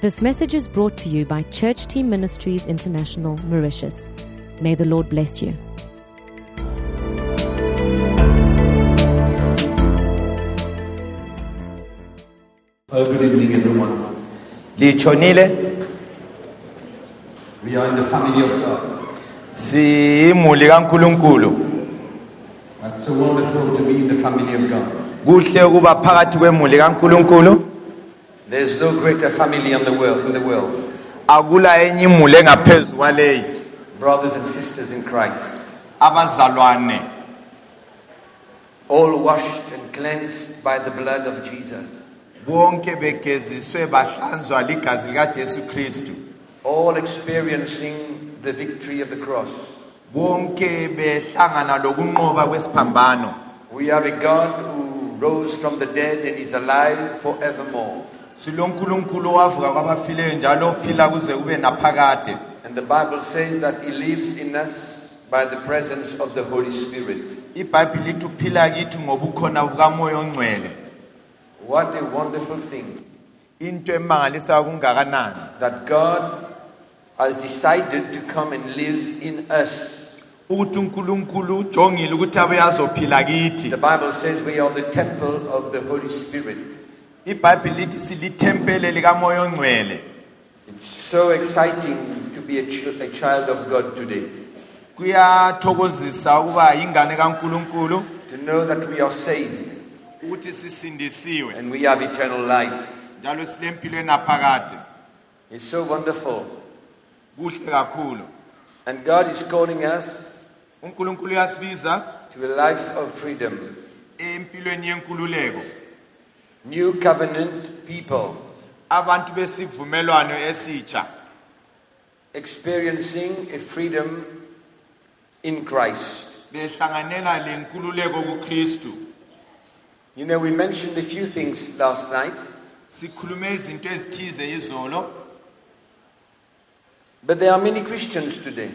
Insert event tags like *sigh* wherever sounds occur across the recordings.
This message is brought to you by Church Team Ministries International, Mauritius. May the Lord bless you. Uh, good evening, everyone. Lichonile We are in the family of God. siyimuli kaNkuluNkulu. That's so wonderful to be in the family of God. Kuhle ukuba phakathi kwemuli kaNkuluNkulu. There's no greater family in the world. In the world, Akula enye imuli engaphezulu kwaleyi. brothers and sisters in Christ, Abazalwane all washed and cleansed by the blood of Jesus, bonke begeziswe bahlanzwa ligazi lika Jesu Kristu. all experiencing the victory of the cross. Bonke behlangana lokunqoba kwesiphambano. We have a God who rose from the dead and is alive forevermore. SiloNkulunkulu owavuka kwabafileyo njalo ophila kuze kube naphakade. And the Bible says that He lives in us by the presence of the Holy Spirit. IBhayibheli lithi uphila kithi ngobukhona bukaMoya oNgcwele. What a wonderful thing! Into emangalisayo kungakanani? that God has decided to come and live in us. ukuthi uNkulunkulu ujongile ukuthi abuyazophila kithi The Bible says we are the temple of the Holy Spirit. iBhayibheli lithi silithempele likaMoya oNgcwele It's so exciting to be a, ch- a child of God today, kuyathokozisa ukuba yingane kaNkulunkulu to know that we are saved ukuthi sisindisiwe and we have eternal life. njalo silempilo enaphakade It's so wonderful. kuhle kakhulu And God is calling us uNkulunkulu uyasibiza to a life of freedom. empilweni yenkululeko New covenant people abantu besivumelwano esitsha experiencing a freedom in Christ. behlanganela lenkululeko kuKristu You know, we mentioned a few things last night. sikhulume izinto ezithize izolo But there are many Christians today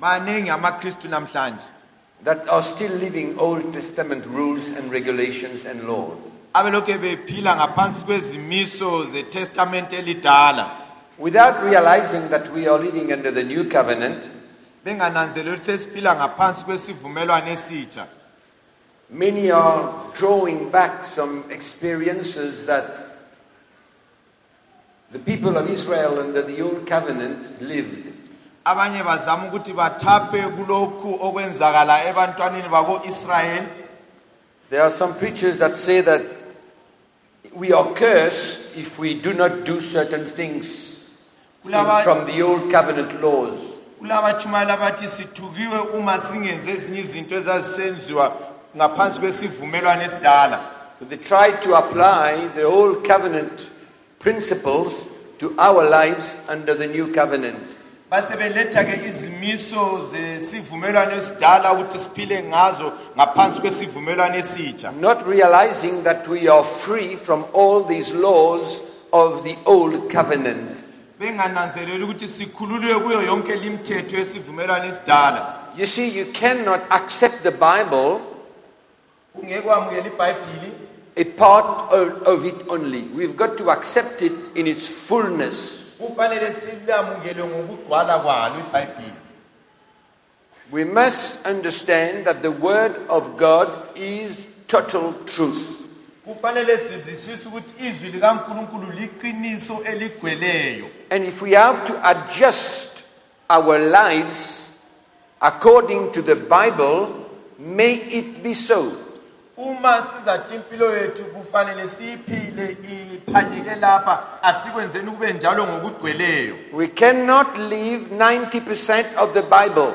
baningi amaKristu namhlanje that are still living Old Testament rules and regulations and laws. abelokhe bephila ngaphansi kwezimiso zetestamente elidala Without realizing that we are living under the new covenant, bengananzeleli ukuthi esiphila ngaphansi kwesivumelwano esitsha many are drawing back some experiences that the people of Israel under the old covenant lived. abanye bazama ukuthi bathaphe kulokhu okwenzakala ebantwaneni bako-israyeli There are some preachers that say that we are cursed if we do not do certain things Kulaba- from the old covenant laws. kulabatshumayeli abathi sithukiwe uma singenze ezinye izinto ezazisenziwa ngaphansi kwesivumelwano esidala So they tried to apply the old covenant principles to our lives under the new covenant. basebeletha-ke izimiso zesivumelwano esidala ukuthi siphile ngazo ngaphansi kwesivumelwano esitsha Not realizing that we are free from all these laws of the old covenant. bengananzeleli ukuthi sikhululwe kuyo yonke limithetho yesivumelwano esidala You see, you cannot accept the Bible, ungekwamukela ibhayibhili a part of, of it only. We've got to accept it in its fullness. kufanele silamukele ngokugcwala kwalo ibhayibhili We must understand that the Word of God is total truth. kufanele sizwisise ukuthi izwi likankulunkulu liqiniso eligcweleyo And if we have to adjust our lives according to the Bible, may it be so. uma sizathi impilo yethu kufanele siyiphile iphanyeke lapha asikwenzeni kube njalo ngokugcweleyo We cannot leave 90% of the Bible.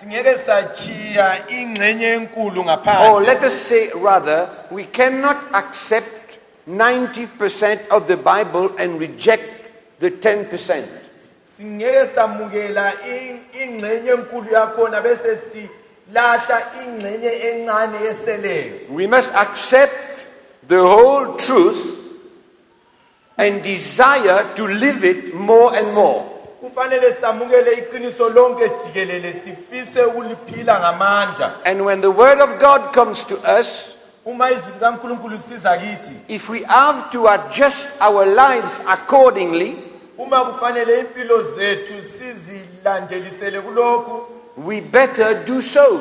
singeke sachiya ingxenye enkulu Or ngaphandle let us say rather, we cannot accept 90% of the Bible and reject the 10%. singeke samukela in- ingxenye enkulu yakhona bese silahla ingxenye encane eseleyo We must accept the whole truth and desire to live it more and more. kufanele samukele iqiniso lonke jikelele sifise ukuliphila ngamandla And when the Word of God comes to us, uma izwi likankulunkulu siza kithi If we have to adjust our lives accordingly, uma kufanele impilo zethu sizilandelisele kulokhu we better do so.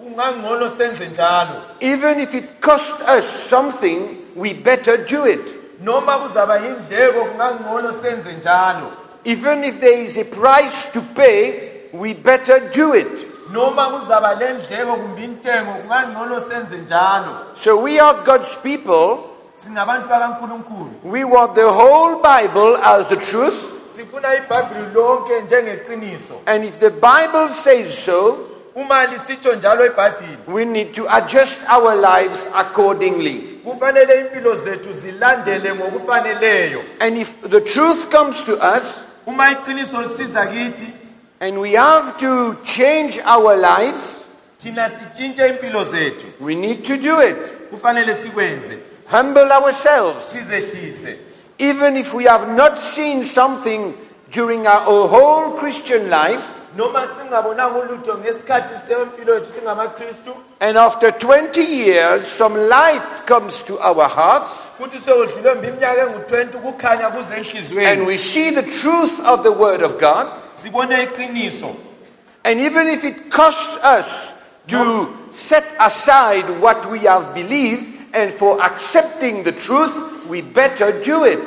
kungangcono senze njalo Even if it costs us something, we better do it. noma kuzaba yindleko kungangcono senze njalo Even if there is a price to pay, we better do it. noma kuzaba lendleko kumbe intengo kungangcono senze njalo So we are God's people. singabantu bakaNkuluNkulu We want the whole Bible as the truth. sifuna iBhayibheli lonke njengeqiniso And if the Bible says so, uma lisitsho njalo iBhayibheli we need to adjust our lives accordingly. kufanele impilo zethu zilandele ngokufaneleyo And if the truth comes to us uma iqiniso lisiza kithi and we have to change our lives, thina sitshintshe impilo zethu we need to do it. kufanele sikwenze Humble ourselves. sizehlise Even if we have not seen something during our whole Christian life, noma singabonanga ulutho ngesikhathi sempilo yethu singamaKristu and after 20 years, some light comes to our hearts, kuthi sewudlule mbi iminyaka engu-20 kukhanya kuze and enhliziyweni we see the truth of the Word of God, sibone iqiniso and even if it costs us to set aside what we have believed and for accepting the truth, we better do it.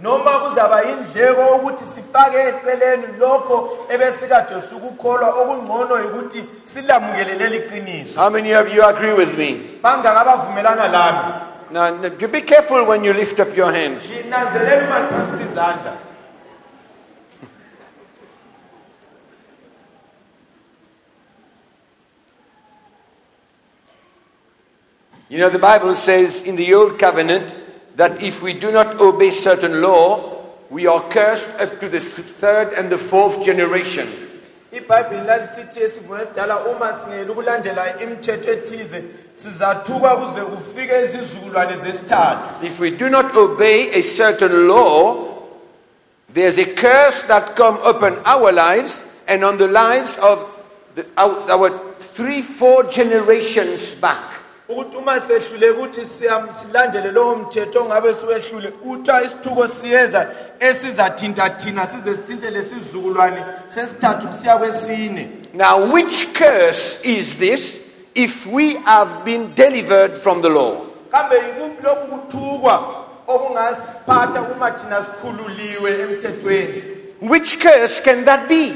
noma kuzaba yindleko ukuthi sifake eceleni lokho ebesikade sukukholwa okungcono yikuthi silamukele leli qiniso How many of you agree with me? bangakabavumelana lami Now, now, you be careful when you lift up your hands. nginanzelela uma ngiqhamisa izandla You know, the Bible says in the Old Covenant that if we do not obey certain law, we are cursed up to the th- third and the fourth generation. ibhayibheli lalisithi esivumo esidala uma singekeli ukulandela imithetho ethize sizathukwa kuze kufike izizukulwane zesithathu If we do not obey a certain law, there's a curse that comes upon our lives and on the lives of the, our, our three, four generations back. ukuthi uma sehlule ukuthi siyam- silandele lowo mthetho ongabe siwehlule kuthiwa isithuko siyeza esizathinta thina size sithinte lesizukulwane sesithathu kusiya kwesine Now, which curse is this if we have been delivered from the law? kambe yikuphi lokhu kuthukwa okungasiphatha uma thina sikhululiwe emthethweni Which curse can that be?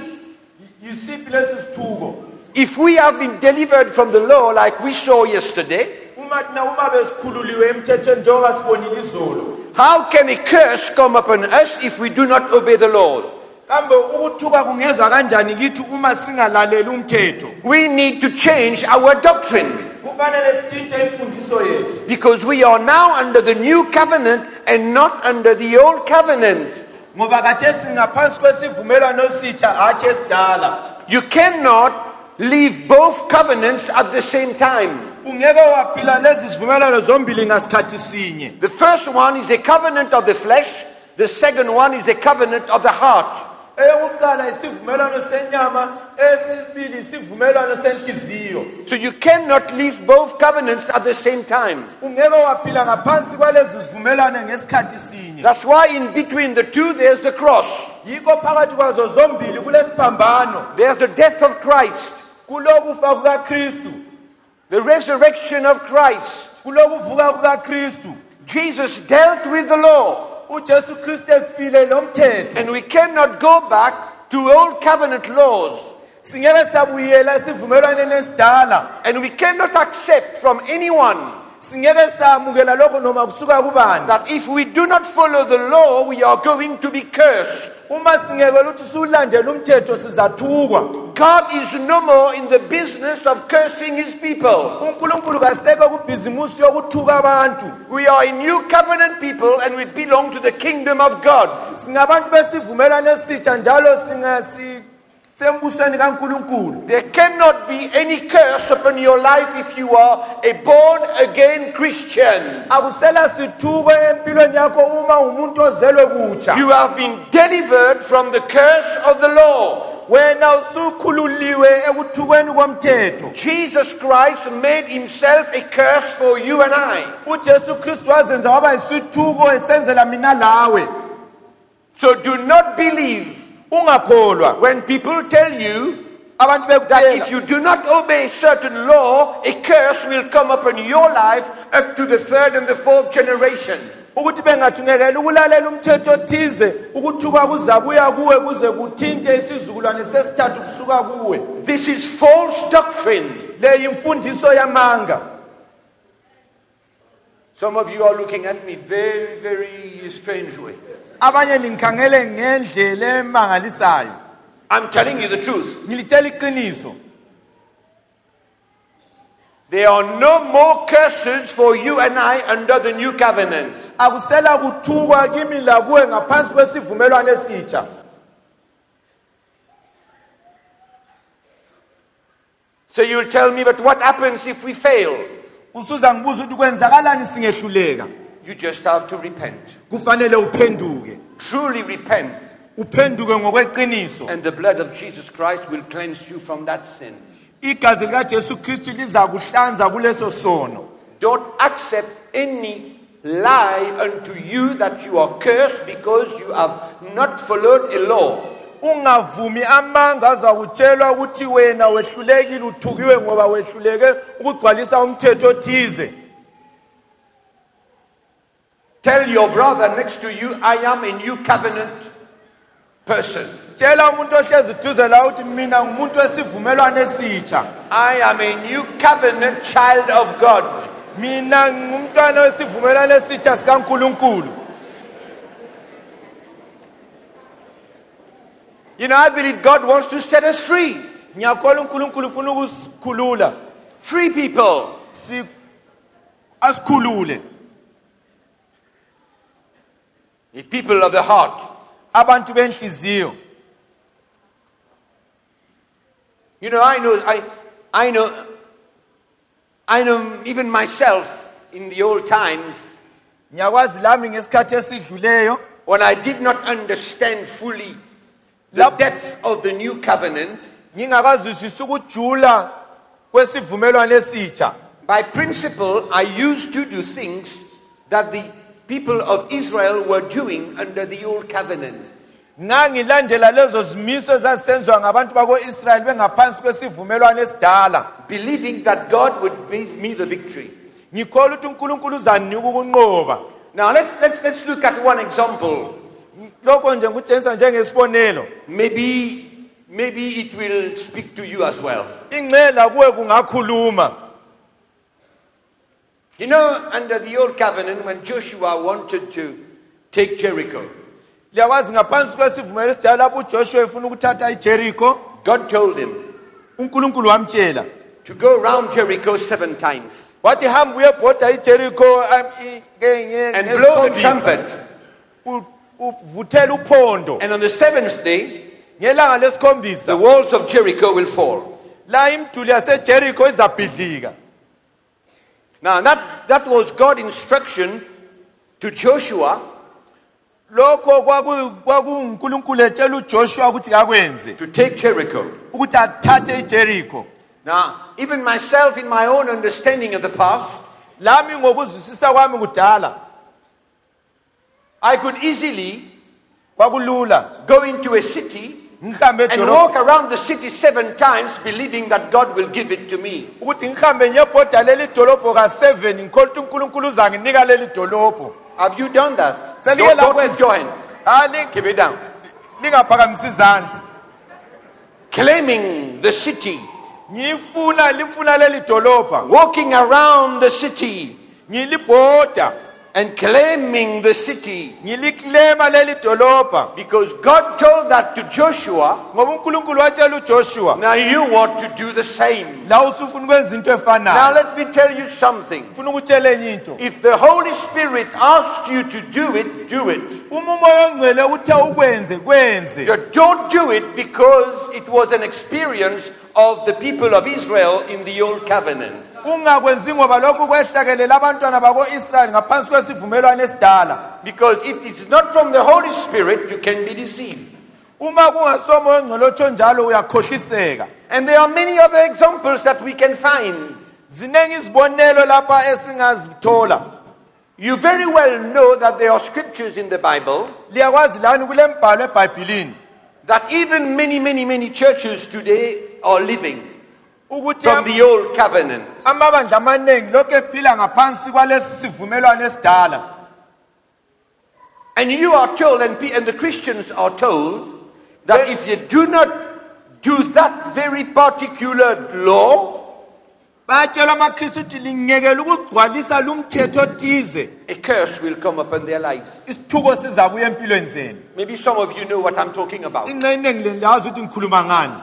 yisiphi lesi sithuko If we have been delivered from the law like we saw yesterday, uma thina uma besikhululiwe emthethweni njengoba sibonile izolo how can a curse come upon us if we do not obey the Lord? kambe ukuthuka kungezwa kanjani kithi uma singalaleli umthetho We need to change our doctrine kufanele sitshintshe imfundiso yethu because we are now under the new covenant and not under the old covenant. ngoba kathe singaphansi kwesivumelwano esitsha hatshi esidala You cannot leave both covenants at the same time. ungeke waphila lezi zivumelwano zombili ngasikhathi sinye The first one is a covenant of the flesh, the second one is a covenant of the heart. eyokuqala isivumelwano senyama esisibili isivumelwano senhliziyo So you cannot leave both covenants at the same time. ungeke waphila ngaphansi kwalezi zivumelwano ngesikhathi sinye That's why in between the two there's the cross. yikho phakathi kwazo zombili kulesiphambano There's the death of Christ, kulokufa kukakristu the resurrection of Christ. kulokuvuka kukakristu Jesus dealt with the law, ujesu kristu efile lomthetho and we cannot go back to old covenant laws, singeke sabuyela esivumelwaneni esidala and we cannot accept from anyone singeke samukela lokho noma kusuka kubani that if we do not follow the law, we are going to be cursed. uma singekela ukuthi siwulandele umthetho sizathukwa God is no more in the business of cursing his people. unkulunkulu kasekho kubhizimusi yokuthuka abantu We are a new covenant people, and we belong to the kingdom of God. singabantu besivumelwano esitsha njalo singa- si- sembusweni kankulunkulu There cannot be any curse upon your life if you are a born again Christian. akusela sithuko empilweni yakho uma umuntu ozelwe kutsha You have been delivered from the curse of the law. wena usukhululiwe ekuthukweni komthetho Jesus Christ made himself a curse for you and I. ujesu kristu wazenza waba yisithuko esenzela mina lawe So do not believe ungakholwa when people tell you abantu that if bekutshela you do not obey certain law, a curse will come upon your life up to the third and the fourth generation. ukuthi bengathungekela ukulalela umthetho othize ukuthuka kuzabuya kuwe kuze kuthinte isizukulwane sesithathu kusuka kuwe This is false doctrine. le yimfundiso yamanga Some of you are looking at me very, very strange way. abanye ningikhangele ngendlela emangalisayo I'm telling you the truth. ngilitshela iqiniso There are no more curses for you and I under the new covenant. akusela kuthukwa kimi lakuwe ngaphansi kwesivumelwano esitsha So you'll tell me, but what happens if we fail? usuza ngibuza ukuthi kwenzakalani singehluleka You just have to repent. kufanele uphenduke Truly repent. uphenduke ngokweqiniso And the blood of Jesus Christ will cleanse you from that sin. igazi likajesu kristu liza kuhlanza kuleso sono Don't accept any lie unto you that you are cursed because you have not followed a law. ungavumi amanga azakutshelwa ukuthi wena wehlulekile uthukiwe ngoba wehluleke ukugcwalisa umthetho othize Tell your brother next to you, I am a new covenant person. tshela umuntu ohlezi duze la ukuthi mina ngumuntu wesivumelwano esitsha I am a new covenant child of God. mina ngumntwana wesivumelwano esitsha sikankulunkulu You know, I believe God wants to set us free. ngiyakhola unkulunkulu ufuna ukusikhulula Free people. si asikhulule The people of the heart. abantu benhliziyo You know, I know, I, I know, I know even myself in the old times ngiyakwazi lami ngesikhathi esidluleyo when I did not understand fully the depth of the new covenant. ngingakazwisisi ukujula kwesivumelwano esitsha By principle, I used to do things that the people of Israel were doing under the old covenant. ngangilandela lezo zimiso ezazisenziwa ngabantu bako-israyeli bengaphansi kwesivumelwano esidala believing that God would give me the victory. ngikholwa ukuthi unkulunkulu uzanika ukunqoba Now let's, let's, let's look at one example. lokho nje ngutshengisa njengesibonelo Maybe, maybe it will speak to you as well. ingxela kuwe kungakhuluma You know, under the old covenant, when Joshua wanted to take Jericho, liyakwazi ngaphansi kwesivumelwano esidala lapho ujoshua efuna ukuthatha ijerikho God told him unkulunkulu wamtshela to go around Jericho seven times wathi hamba uyebhoda ijerikho um, and blow the trumpet. uvuthela uphondo And on the seventh day, ngelanga the lesikhombisa walls of Jericho will fall. la imiduli yasejerikho izabhidlika Now, that, that was God's instruction to Joshua lokho kwaku- kwakungunkulunkulu etshela ujoshua ukuthi kakwenze to take Jericho. ukuthi athathe ijerikho Now, even myself, in my own understanding of the past, lami ngokuzwisisa kwami kudala I could easily kwakulula go into a city ngihambe and edolobho walk around the city seven times believing that God will give it to me. ukuthi ngihambe ngiyebhoda leli dolobho ka-7 ngikhola ukuthi unkulunkulu uzanginika leli dolobho Have you done that? Selike Don't- la don't lift kwenza. your hand. Hayi, ning- Keep it down. ningaphakamisi izandla Claiming the city, ngiyifuna lifuna leli dolobha walking around the city ngilibhoda and claiming the city. ngiliklema leli dolobha Because God told that to Joshua, ngoba unkulunkulu watshela ujoshua now you want to do the same. la usufuna ukwenza into Now efanayo let me tell you something. ufuna ukutshela enye into If the Holy Spirit asks you to do it, do it. uma umoya ongcwele uthe ukwenze kwenze You don't do it because it was an experience of the people of Israel in the Old Covenant. ungakwenzi ngoba lokhu kwehlakelela abantwana bako-israyeli ngaphansi kwesivumelwano esidala Because if it's not from the Holy Spirit, you can be deceived. uma kungasomoya ongcwele otsho njalo uyakhohliseka And there are many other examples that we can find. ziningi izibonelo lapha esingazithola You very well know that there are scriptures in the Bible liyakwazi lani kulembhalo ebhayibhilini that even many, many, many churches today are living ukuthi from the old covenant. amabandla amaningi lokhu ephila ngaphansi kwalesi sivumelwano esidala And you are told, and, pe- and the Christians are told, that if you do not do that very particular law, batshelwa amakristu ukuthi lingekela ukugcwalisa lumthetho othize a curse will come upon their lives. isithuko sizabuya empilweni zenu Maybe some of you know what I'm talking about. inxa iningi leni liyawazi ukuthi ngikhuluma ngani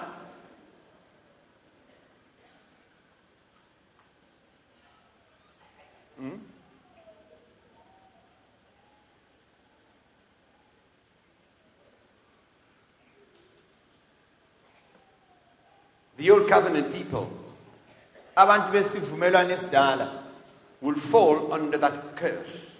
The old covenant people abantu besivumelwano esidala will fall under that curse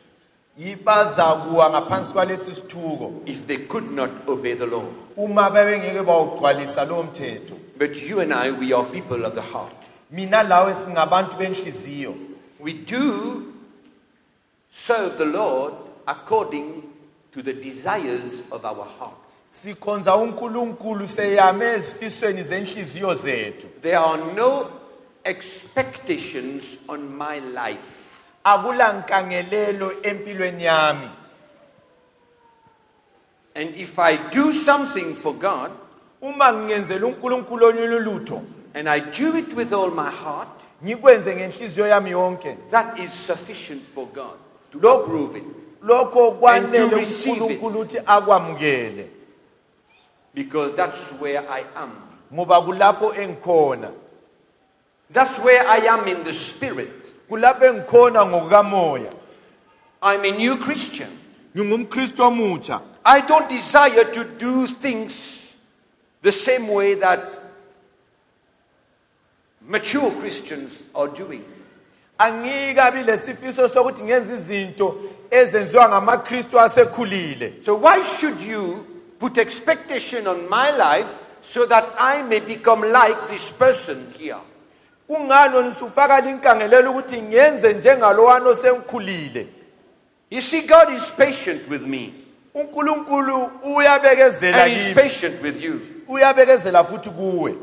yi- bazakuwa ngaphansi kwalesi sithuko if they could not obey the law. uma bebengeke bawugcwalisa lowo mthetho But you and I, we are people of the heart. mina lawe singabantu benhliziyo We do serve the Lord according to the desires of our heart. sikhonza unkulunkulu seyame ezifisweni zenhliziyo zethu There are no expectations on my life. akulankangelelo empilweni yami And if I do something for God uma ngingenzela unkulunkulu onyula ulutho and I do it with all my heart, ngikwenze ngenhliziyo yami yonke that is sufficient for God to Look. approve it. lokho And kwanele you receive unkulunkulu ukuthi akwamukele Because that's where I am. ngoba kulapho engikhona That's where I am in the spirit. kulapho engikhona ngokukamoya I'm a new Christian. ngingumkristu omutsha I don't desire to do things the same way that mature Christians are doing. angikabi lesifiso sokuthi ngenze izinto ezenziwa ngamakristu asekhulile So, why should you put expectation on my life so that I may become like this person here? kungani wena usufaka linkangelelo ukuthi ngenze njengalowani osengikhulile You see, God is patient with me, unkulunkulu uyabekezela and He's kimi patient with you. uyabekezela futhi kuwe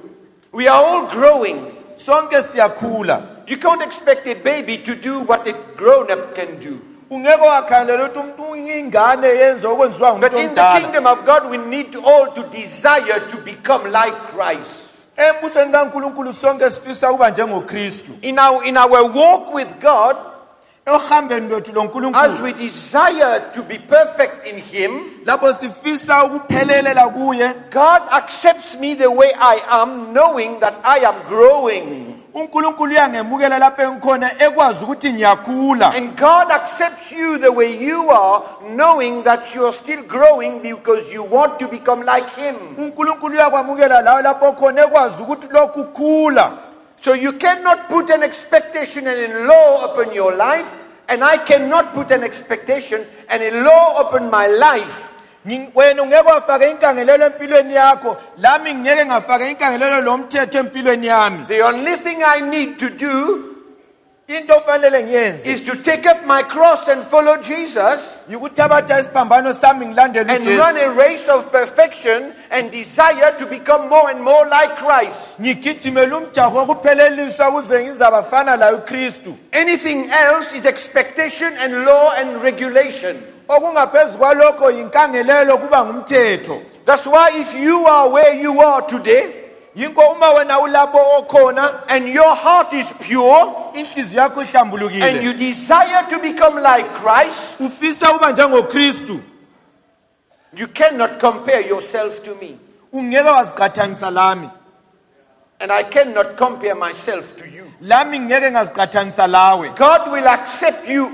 We are all growing. sonke siyakhula You can't expect a baby to do what a grown up can do. ungeke wakhangelela ukuthi umuntu uyingane yenze okwenziwa But ngumuntu in the omdala kingdom of God, we need all to desire to become like Christ. embusweni kankulunkulu sonke sifisa ukuba njengokristu In our, in our walk with God, ohambeni lwethu as lonkulunkulu we desire to be perfect in Him, lapho sifisa ukuphelelela kuye God accepts me the way I am, knowing that I am growing. unkulunkulu uyangemukela lapho engikhona ekwazi ukuthi ngiyakhula And God accepts you the way you are, knowing that you are still growing because you want to become like Him. unkulunkulu uyakwamukela lawe lapho khona ekwazi ukuthi lokhu khula So you cannot put an expectation and a law upon your life, and I cannot put an expectation and a law upon my life. Ngi- wena ungeke wafake inkangelelo empilweni yakho lami ngingeke ngafake inkangelelo lomthetho empilweni yami The only thing I need to do into ofanele ngiyenze is to take up my cross and follow Jesus. yikuthabatha isiphambano sami ngilandele and run ujesu a race of perfection and desire to become more and more like Christ. ngigijimele umjaho wokupheleliswa kuze ngizabafana layo ukristu Anything else is expectation and law and regulation. okungaphezu kwalokho yinkangelelo kuba ngumthetho That's why if you are where you are today yinko uma wena ulapho okhona and your heart is pure inhliziyo yakho and ihlambulukile you desire to become like Christ, ufisa ukuba njengokristu you cannot compare yourself to me. ungeke waziqathanisa lami And I cannot compare myself to you. lami ngeke ngaziqathanisa lawe God will accept you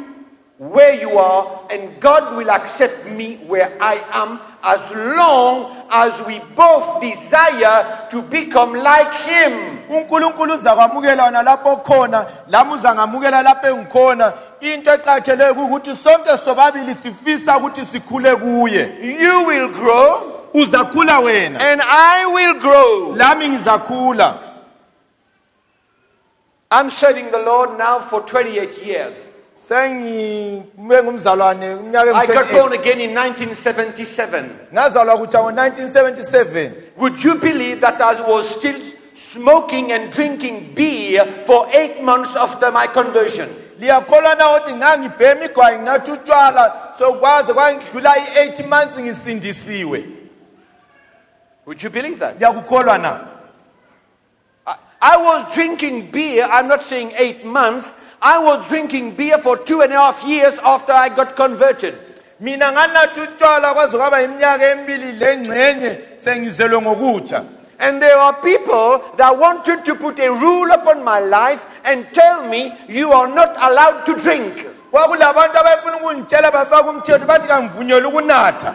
where you are, and God will accept me where I am, as long as we both desire to become like Him. unkulunkulu uzakwamukela wena lapho okhona lami uzangamukela lapho engikhona into eqatheleyo kuwukuthi sonke sobabili sifisa ukuthi sikhule kuye You will grow, uzakhula wena and I will grow. lami ngizakhula I'm serving the Lord now for 28 years. sengibe ngumzalwane I got born umnyaka again in 1977. ngazalwa kutsha ngo-1977 Would you believe that I was still smoking and drinking beer for eight months after my conversion? liyakholwa na ukuthi ngangibhema igwayi nginathi utshwala sokwaze kwangidlula i-8 months ngisindisiwe Would you believe that? liyakukholwa na I, I was drinking beer, I'm not saying eight months, I was drinking beer for two and a half years after I got converted. mina nganathi utshwala kwaze kwaba iminyaka emibili lengxenye sengizelwe ngokutsha And there are people that wanted to put a rule upon my life and tell me you are not allowed to drink. kwakulabantu abafuna ukungitshela bafaka umthetho bathi kangivunyelwe ukunatha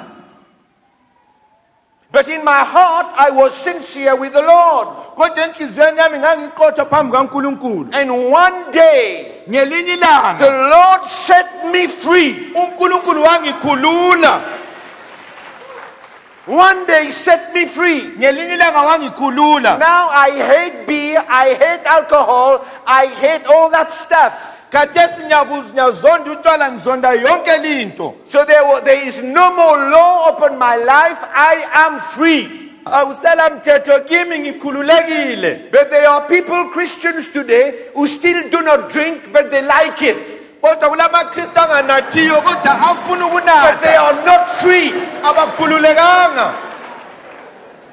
But in my heart, I was sincere with the Lord. kodwa enhliziyweni yami ngangiqothwa phambi kankulunkulu And one day, ngelinye the ilanga Lord set me free. unkulunkulu wangikhulula One day, set me free. ngelinye ilanga wangikhulula Now I hate beer, I hate alcohol, I hate all that stuff. khathesi ngiyakuzi- ngiyazonda utshwala ngizonda yonke linto So there, wa- there is no more law upon my life. I am free. awusela mthetho kimi ngikhululekile But there are people, Christians today, who still do not drink, but they like it. kodwa kulamakristu anganathiyo kodwa afuna But they ukunatha are not free. abakhululekanga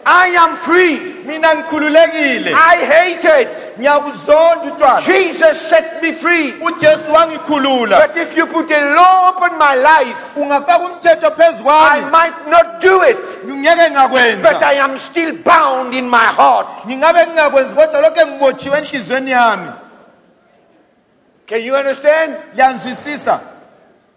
I am free. mina ngikhululekile I hate it. ngiyakuzonda utshwala Jesus set me free. ujesu wangikhulula But if you put a law upon my life, ungafaka umthetho phezu I kwami might not do it. ngingeke But ngakwenza I am still bound in my heart. ngingabe ngingakwenzi kodwa lokho engibotshiwe enhliziyweni yami Can you understand? liyanzwisisa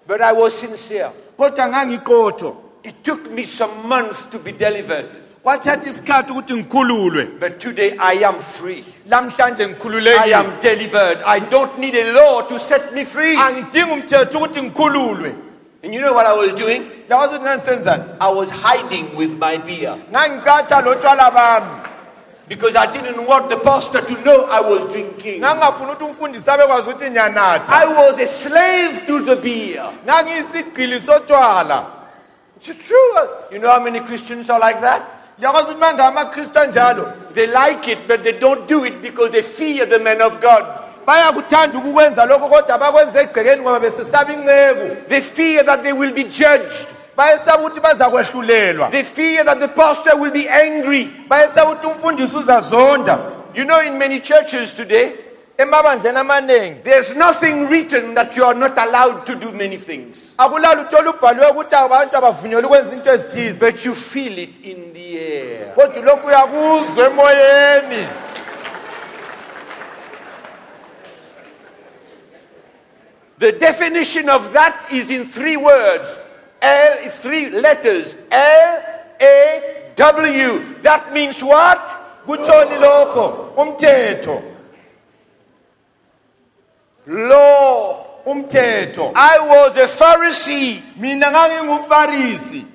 But I was sincere. kodwa ngangiqotho It took me some months to be delivered. kwathatha isikhathi ukuthi ngikhululwe But today I am free. lamhlanje I ngikhululekile am delivered. I don't need a law to set me free. angidingi umthetho ukuthi ngikhululwe And you know what I was doing? yawazi ukuthi ngangisenzani I was hiding with my beer ngangikatsha lotshwala bami because I didn't want the pastor to know I was drinking. ngangingafuni ukuthi umfundisi abekwazi ukuthi ngiyanatha I was a slave to the beer. ngangiyisigqili sotshwala It's true. You know how many Christians are like that? liyakwazi ukuthi mangamakristu anjalo They like it, but they don't do it because they fear the man of God. bayakuthanda ukukwenza lokho kodwa bakwenza egcekeni ngoba besesaba inceku They fear that they will be judged. bayesaba ukuthi baza kwehlulelwa They fear that the pastor will be angry. bayesaba ukuthi umfundisi uzazonda You know, in many churches today, emabandleni amaningi There's nothing written that you are not allowed to do many things, akulala uthola ubhalwe ukuthi abantu abavunyelwe ukwenza into ezithize but you feel it in the air. kodwa lokhu uyakuzwa emoyeni The definition of that is in three words, L, three letters, L A W. That means what? kutshoni lokho umthetho Law. umthetho I was a Pharisee. mina ngangingumfarisi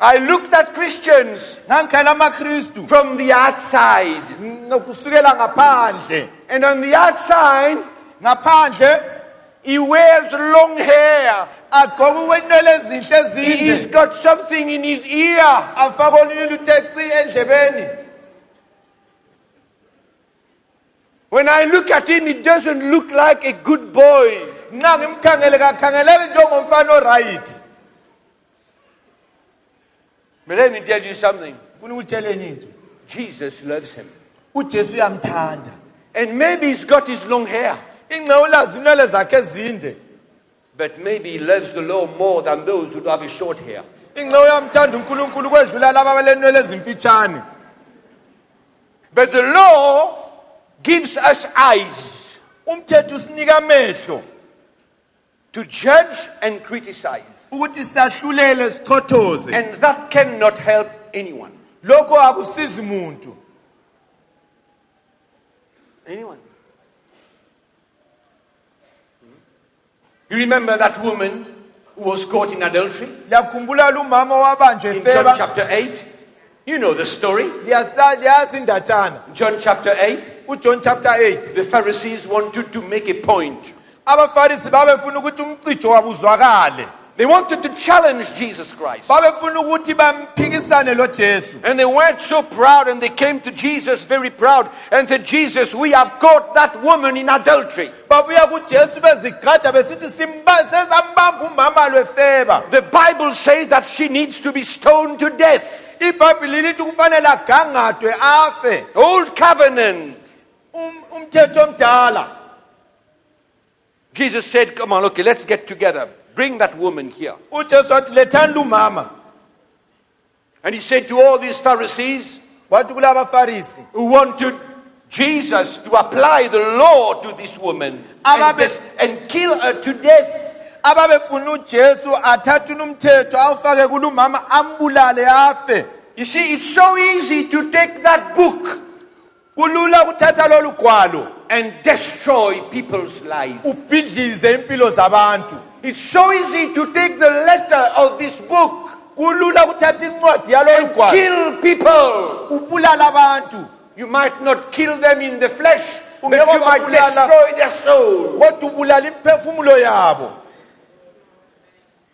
I looked at Christians ngangikhangela amakristu from the outside, ng- kusukela ngaphandle and on the outside, ngaphandle he wears long hair. agqoke ukwenwele ezinhle He's ezinde got something in his ear. afake olunye luteci endlebeni When I look at him, he doesn't look like a good boy. nxa ngimkhangele kakhangeleki njengomfana orayithi But let me tell you something funa ukutshela enye into Jesus loves him. ujesu uyamthanda And maybe he's got his long hair, ingcewu lazi inwele zakhe ezinde but maybe he loves the law more than those who have a short hair. ingcewu uyamthanda unkulunkulu kwedlula laba abalenwele ezimfitshane But the law gives us eyes umthetho usinika amehlo to judge and criticize. ukuthi siyahlulele sichothoze And that cannot help anyone. lokho akusizi muntu Anyone. You remember that woman who was caught in adultery liyakhumbula lumama owabanjwe in John feba chapter 8? You know the story. Liyasa- liyazi indatshana John chapter 8. ujohn chapter 8 The Pharisees wanted to make a point. abafarisi babefuna ukuthi umcijo wabo uzwakale They wanted to challenge Jesus Christ. babefuna ukuthi bamphikisane lojesu And they weren't so proud and they came to Jesus very proud and said, Jesus, we have caught that woman in adultery. babuya kujesu bezigqaja besithi simba- sesambamba umama lwefeba The Bible says that she needs to be stoned to death. ibhayibhili lithi kufanele agangadwe afe Old covenant. Um- umthetho omdala Jesus said, Come on, okay, let's get together. Bring that woman here. ujesu wathi lethani lumama And he said to all these Pharisees wathi kula bafarisi who wanted Jesus to apply the law to this woman and, Ababe- des- and kill her to death. ababefuna ujesu athathe umthetho awufake kulumama ambulale afe You see, it's so easy to take that book kulula ukuthatha lolu gwalo and destroy people's lives. ubhidlize impilo zabantu It's so easy to take the letter of this book kulula ukuthatha incwadi yalolu and gwalo kill people. ubulala abantu You might not kill them in the flesh, but Ungeke you might wabulala- destroy their soul. kodwa ubulala imphefumulo yabo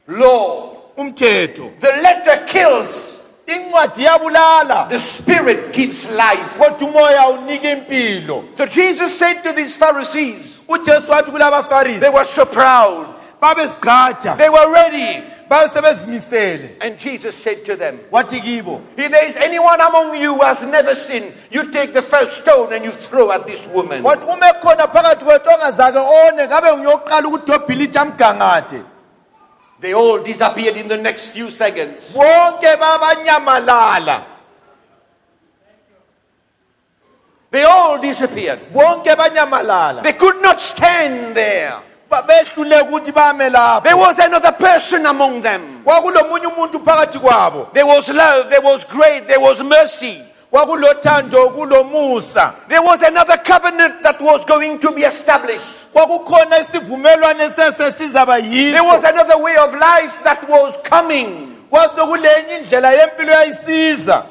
Law. umthetho The letter kills, incwadi yabulala the spirit gives life. kodwa umoya unika impilo So Jesus said to these Pharisees, ujesu wathi kulaba they farisi were so proud, babezigqaja they were ready. babesebezimisele And Jesus said to them, wathi kibo if there is anyone among you who has never sinned, you take the first stone and you throw at this woman. wathi uma ekhona phakathi kwethu ongazake one ngabe ngiyoqala ukudobha ilitsha amgangade They all disappeared in the next few seconds. bonke babanyamalala They all disappeared. bonke banyamalala They could not stand there. Ba- behluleka ukuthi bame lapho There was another person among them. kwakulomunye umuntu phakathi kwabo There was love, there was grace, there was mercy. kwakulothando kulomusa There was another covenant that was going to be established. kwakukhona isivumelwano sese sizaba There yiso was another way of life that was coming. kwasokulenye indlela yempilo yayisiza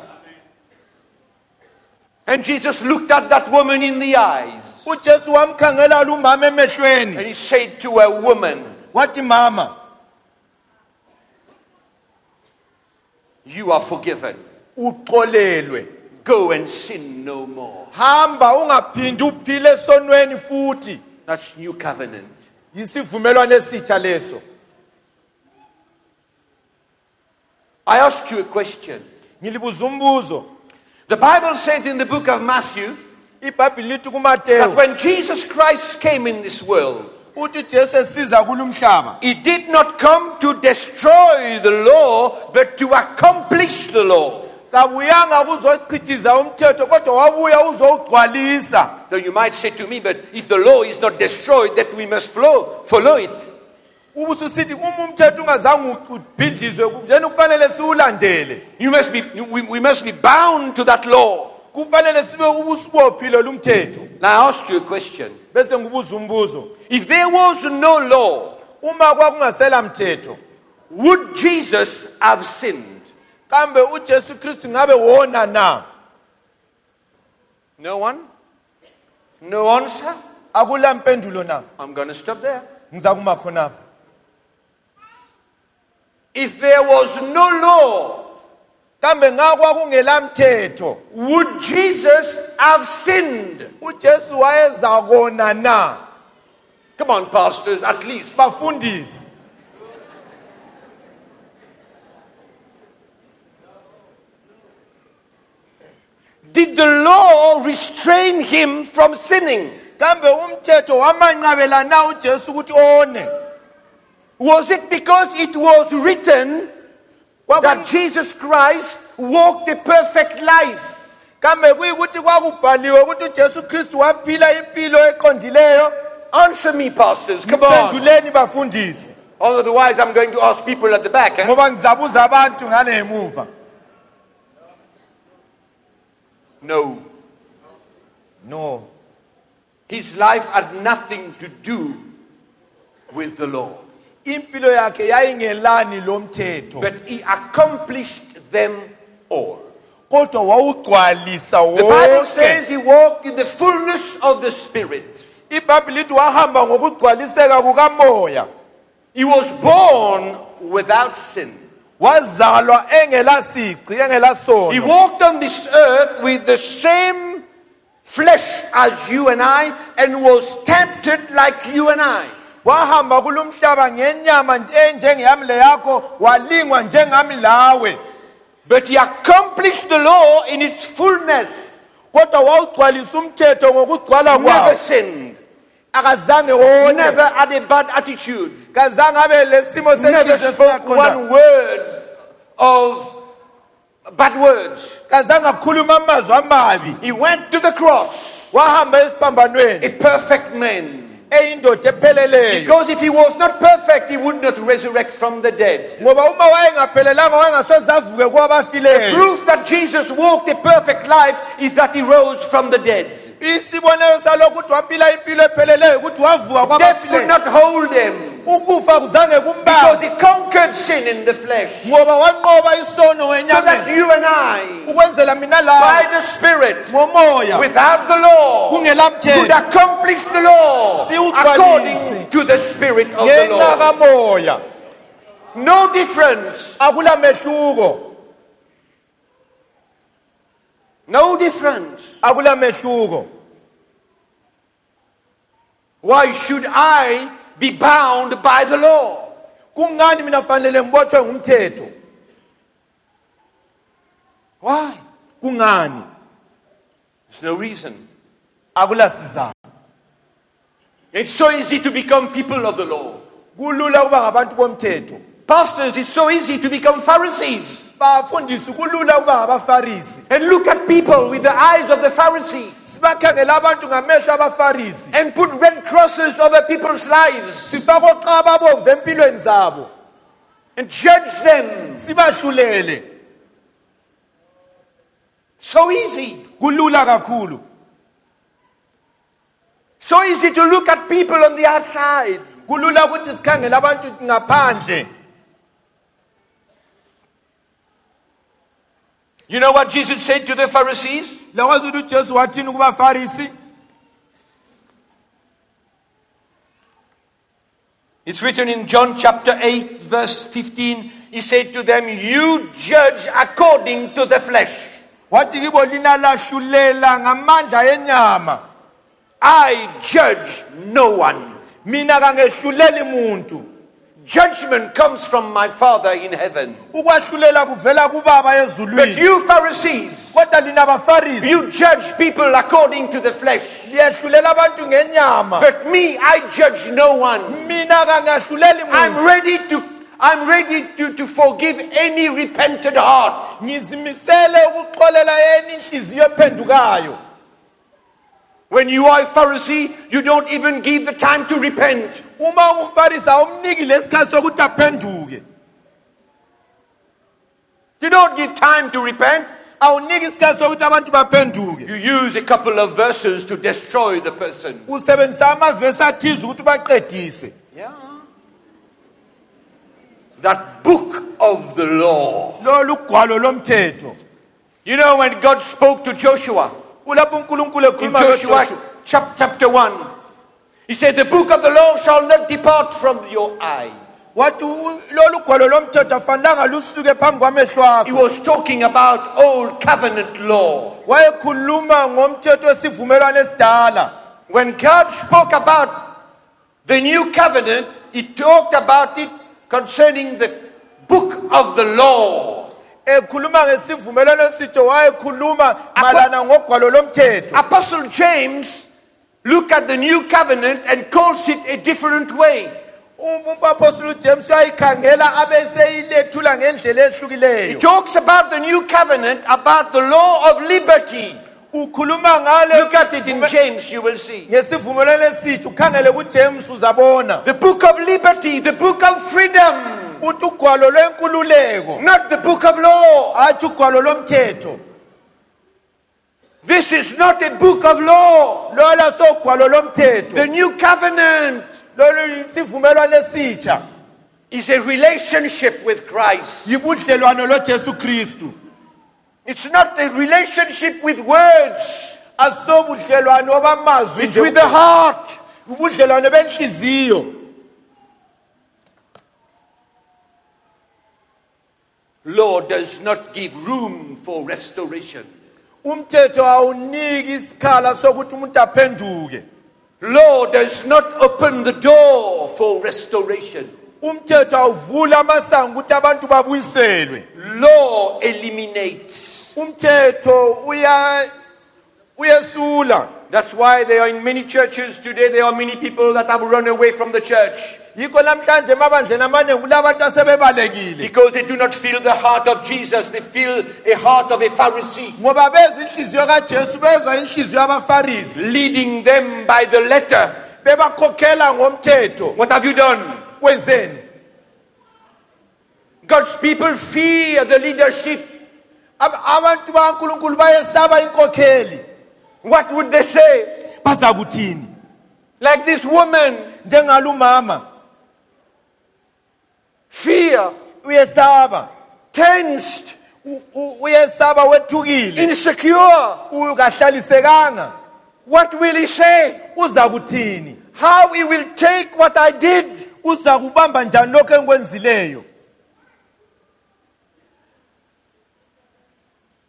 And Jesus looked at that woman in the eyes ujesu wamkhangela lumama emehlweni and he said to her, Woman, wathi mama you are forgiven. uxolelwe Go and sin no more. hamba ungaphindi uphile esonweni futhi That's new covenant. yisivumelwano esitsha leso I asked you a question. ngilibuza umbuzo The Bible says in the book of Matthew ibhayibhili lithi that kumatewu when Jesus Christ came in this world, uthi ujesu esiza kulo mhlaba He did not come to destroy the law, but to accomplish the law. kabuyanga kuzochithiza umthetho kodwa wabuya uzowugcwalisa Though you might say to me, but if the law is not destroyed, that we must flow, follow it. ubususithi uma umthetho ungazange ubhidlizwe yena kufanele siwulandele You must be, we, we must be bound to that law. kufanele sibe ubusibophile lumthetho Now I ask you a question. bese ngubuza umbuzo If there was no law, uma kwakungasela mthetho would Jesus have sinned? kambe ujesu kristu ngabe wona na No one? No answer? akula mpendulo na I'm going to stop there. ngiza kuma khonapho If there was no law, kambe nga kwakungela mthetho would Jesus have sinned? ujesu wayeza kona na Come on, pastors, at least. bafundisi Did the law restrain him from sinning? kambe umthetho wamanqabela na ujesu ukuthi one Was it because it was written that Kwaku- Jesus Christ walked a perfect life? kambe kuyikuthi kwakubhaliwe ukuthi ujesu kristu waphila impilo eqondileyo Answer me, pastors. Come on. phenduleni bafundisi Otherwise, I'm going to ask people at the back. eh? ngoba ngizabuza abantu ngale muva No. no His life had nothing to do with the law, impilo yakhe yayingelani lo mthetho but he accomplished them all. kodwa wawugcwalisa The Bible wonke says he walked in the fullness of the Spirit. ibhayibhili lithi wahamba ngokugcwaliseka kukamoya He was born without sin. wazalwa engelasici He engelasono walked on this earth with the same flesh as you and I and was tempted like you and I. wahamba kulumhlaba ngenyama enjengeyami leyakho walingwa njengami lawe But he accomplished the law in its fullness. kodwa wawugcwalisa umthetho ngokugcwala Never kwawo sinned. akazange wone Never had a bad attitude. kazange abe lesimo Never senhliziyo spoke esingaqondanga. one word of bad words. kazange akhuluma amazwi amabi He went to the cross, wahamba esiphambanweni a perfect man. eyindoda epheleleyo Because if he was not perfect, he would not resurrect from the dead. ngoba uma wayengaphelelanga wayengasezavuke kwabafileyo Proof that Jesus walked a perfect life is that he rose from the dead. isibonelo salokhu ukuthi wampila impilo epheleleyo ukuthi wavuka Death could kwabafileyo not hold him ukufa kuzange because kumbaze he conquered sin in the flesh. ngoba wanqoba isono So that wenyameni you and I, ukwenzela mina by lawe the Spirit, ngomoya without the law, could kungelamthetho accomplish the law according to the Spirit of the ngenxa law. kamoya No difference. akula mehluko No difference. akula mehluko Why should I be bound by the law? kungani mina fanele ngibotshwe ngumthetho Why? kungani There's no reason. akula sizathu It's so easy to become people of the law. kulula ukuba ngabantu bomthetho Pastors, it's so easy to become Pharisees. bafundisi kulula ukuba ngabafarisi And look at people with the eyes of the Pharisee sibakhangela abantu ngamehlo abafarisi and put red crosses over people's lives sifake oqaba abomvu empilweni zabo and judge them. sibahlulele So easy. kulula kakhulu So easy to look at people on the outside. kulula ukuthi sikhangele abantu ngaphandle You know what Jesus said to the Pharisees? lakwazi ukuthi ujesu wathini kubafarisi It's written in John chapter 8, verse 15. He said to them, You judge according to the flesh. wathi kibo linalahlulela ngamandla enyama I judge no one. mina kangehluleli muntu Judgment comes from my Father in heaven. ukwahlulela kuvela kubaba But ezulwini you Pharisees, kodwa lina bafarisi you judge people according to the flesh. liyehlulela abantu ngenyama But me, I judge no one. mina kangahluleli muntu I'm ready to, I'm ready to, to forgive any repentant heart. ngizimisele ukuxolela yena inhliziyo ephendukayo When you are a Pharisee, you don't even give the time to repent. uma ungumfarisi awumniki lesikhathi sokuthi aphenduke You don't give time to repent. awuniki isikhathi sokuthi abantu baphenduke You use a couple of verses to destroy the person. usebenzisa amavesi athize ukuthi baqedise Yeah. That book of the law. lolu ugwalo lomthetho You know, when God spoke to Joshua kulapho unkulunkulu in ekhuluma Joshua noJoshua. chap- chapter 1, he said, The book of the law shall not depart from your eye. wathi u- lolu gwalo lomthetho afanelanga lusuke phambi kwamehlo He akho was talking about old covenant law. wayekhuluma ngomthetho wesivumelwano esidala When God spoke about the new covenant, he talked about it concerning the book of the law. ekhuluma ngesivumelwano esitsho wayekhuluma malana ngogwalo lomthetho Apostle James looked at the new covenant and calls it a different way. Um- umpapostoli ujames uyayikhangela abeseyilethula ngendlela He ehlukileyo talks about the new covenant, about the law of liberty. ukhuluma Look at it in ngale James, you will see. ngesivumelwano esitsho ukhangele kujames uzabona The book of liberty, the book of freedom, uthi ugwalo lwenkululeko not the book of law. athi ugwalo lomthetho This is not a book of law. lola sogwalo The lomthetho new covenant lolu sivumelwano esitsha is a relationship with Christ. yibudlelwano lojesu kristu It's not a relationship with words, asobudlelwano obamazwi it's with the heart. ubudlelwane benhliziyo Law does not give room for restoration. umthetho awuniki isikhala sokuthi umuntu aphenduke Law does not open the door for restoration. umthetho awuvula amasango ukuthi abantu babuyiselwe Law eliminates. umthetho uya uyesula That's why there are in many churches today, there are many people that have run away from the church yikho namhlanje emabandleni amaningi kulabantu asebebalekile because they do not feel the heart of Jesus. They feel a heart of a Pharisee, ngoba beza inhliziyo kajesu beza inhliziyo yabafarisi leading them by the letter. bebakhokhela ngomthetho What have you done? kwenzeni God's people fear the leadership. Ab- abantu bakankulunkulu bayesaba inkokheli What would they say? baza kuthini Like this woman, njengalo umama fear, uyesaba tensed, U- u- uyesaba wethukile insecure. ukahlalisekanga What will he say? uza kuthini How he will take what I did? uza kubamba njani lokho engikwenzileyo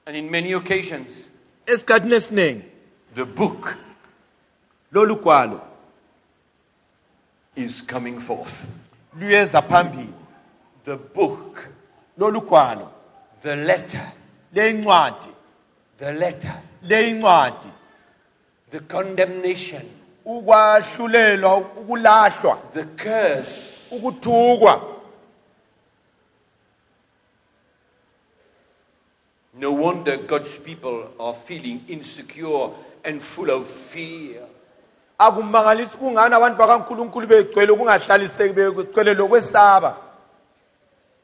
And in many occasions, esikhathini esiningi the book lolu gwalo is coming forth. luyeza phambili The book, lolu gwalo the letter, leyincwadi the letter, leyincwadi the condemnation, ukwahlulelwa ukulahlwa the curse, ukuthukwa No wonder God's people are feeling insecure and full of fear. akumangalisi kungani abantu bakankulunkulu begcwele ukungahlaliseki begcwele lokwesaba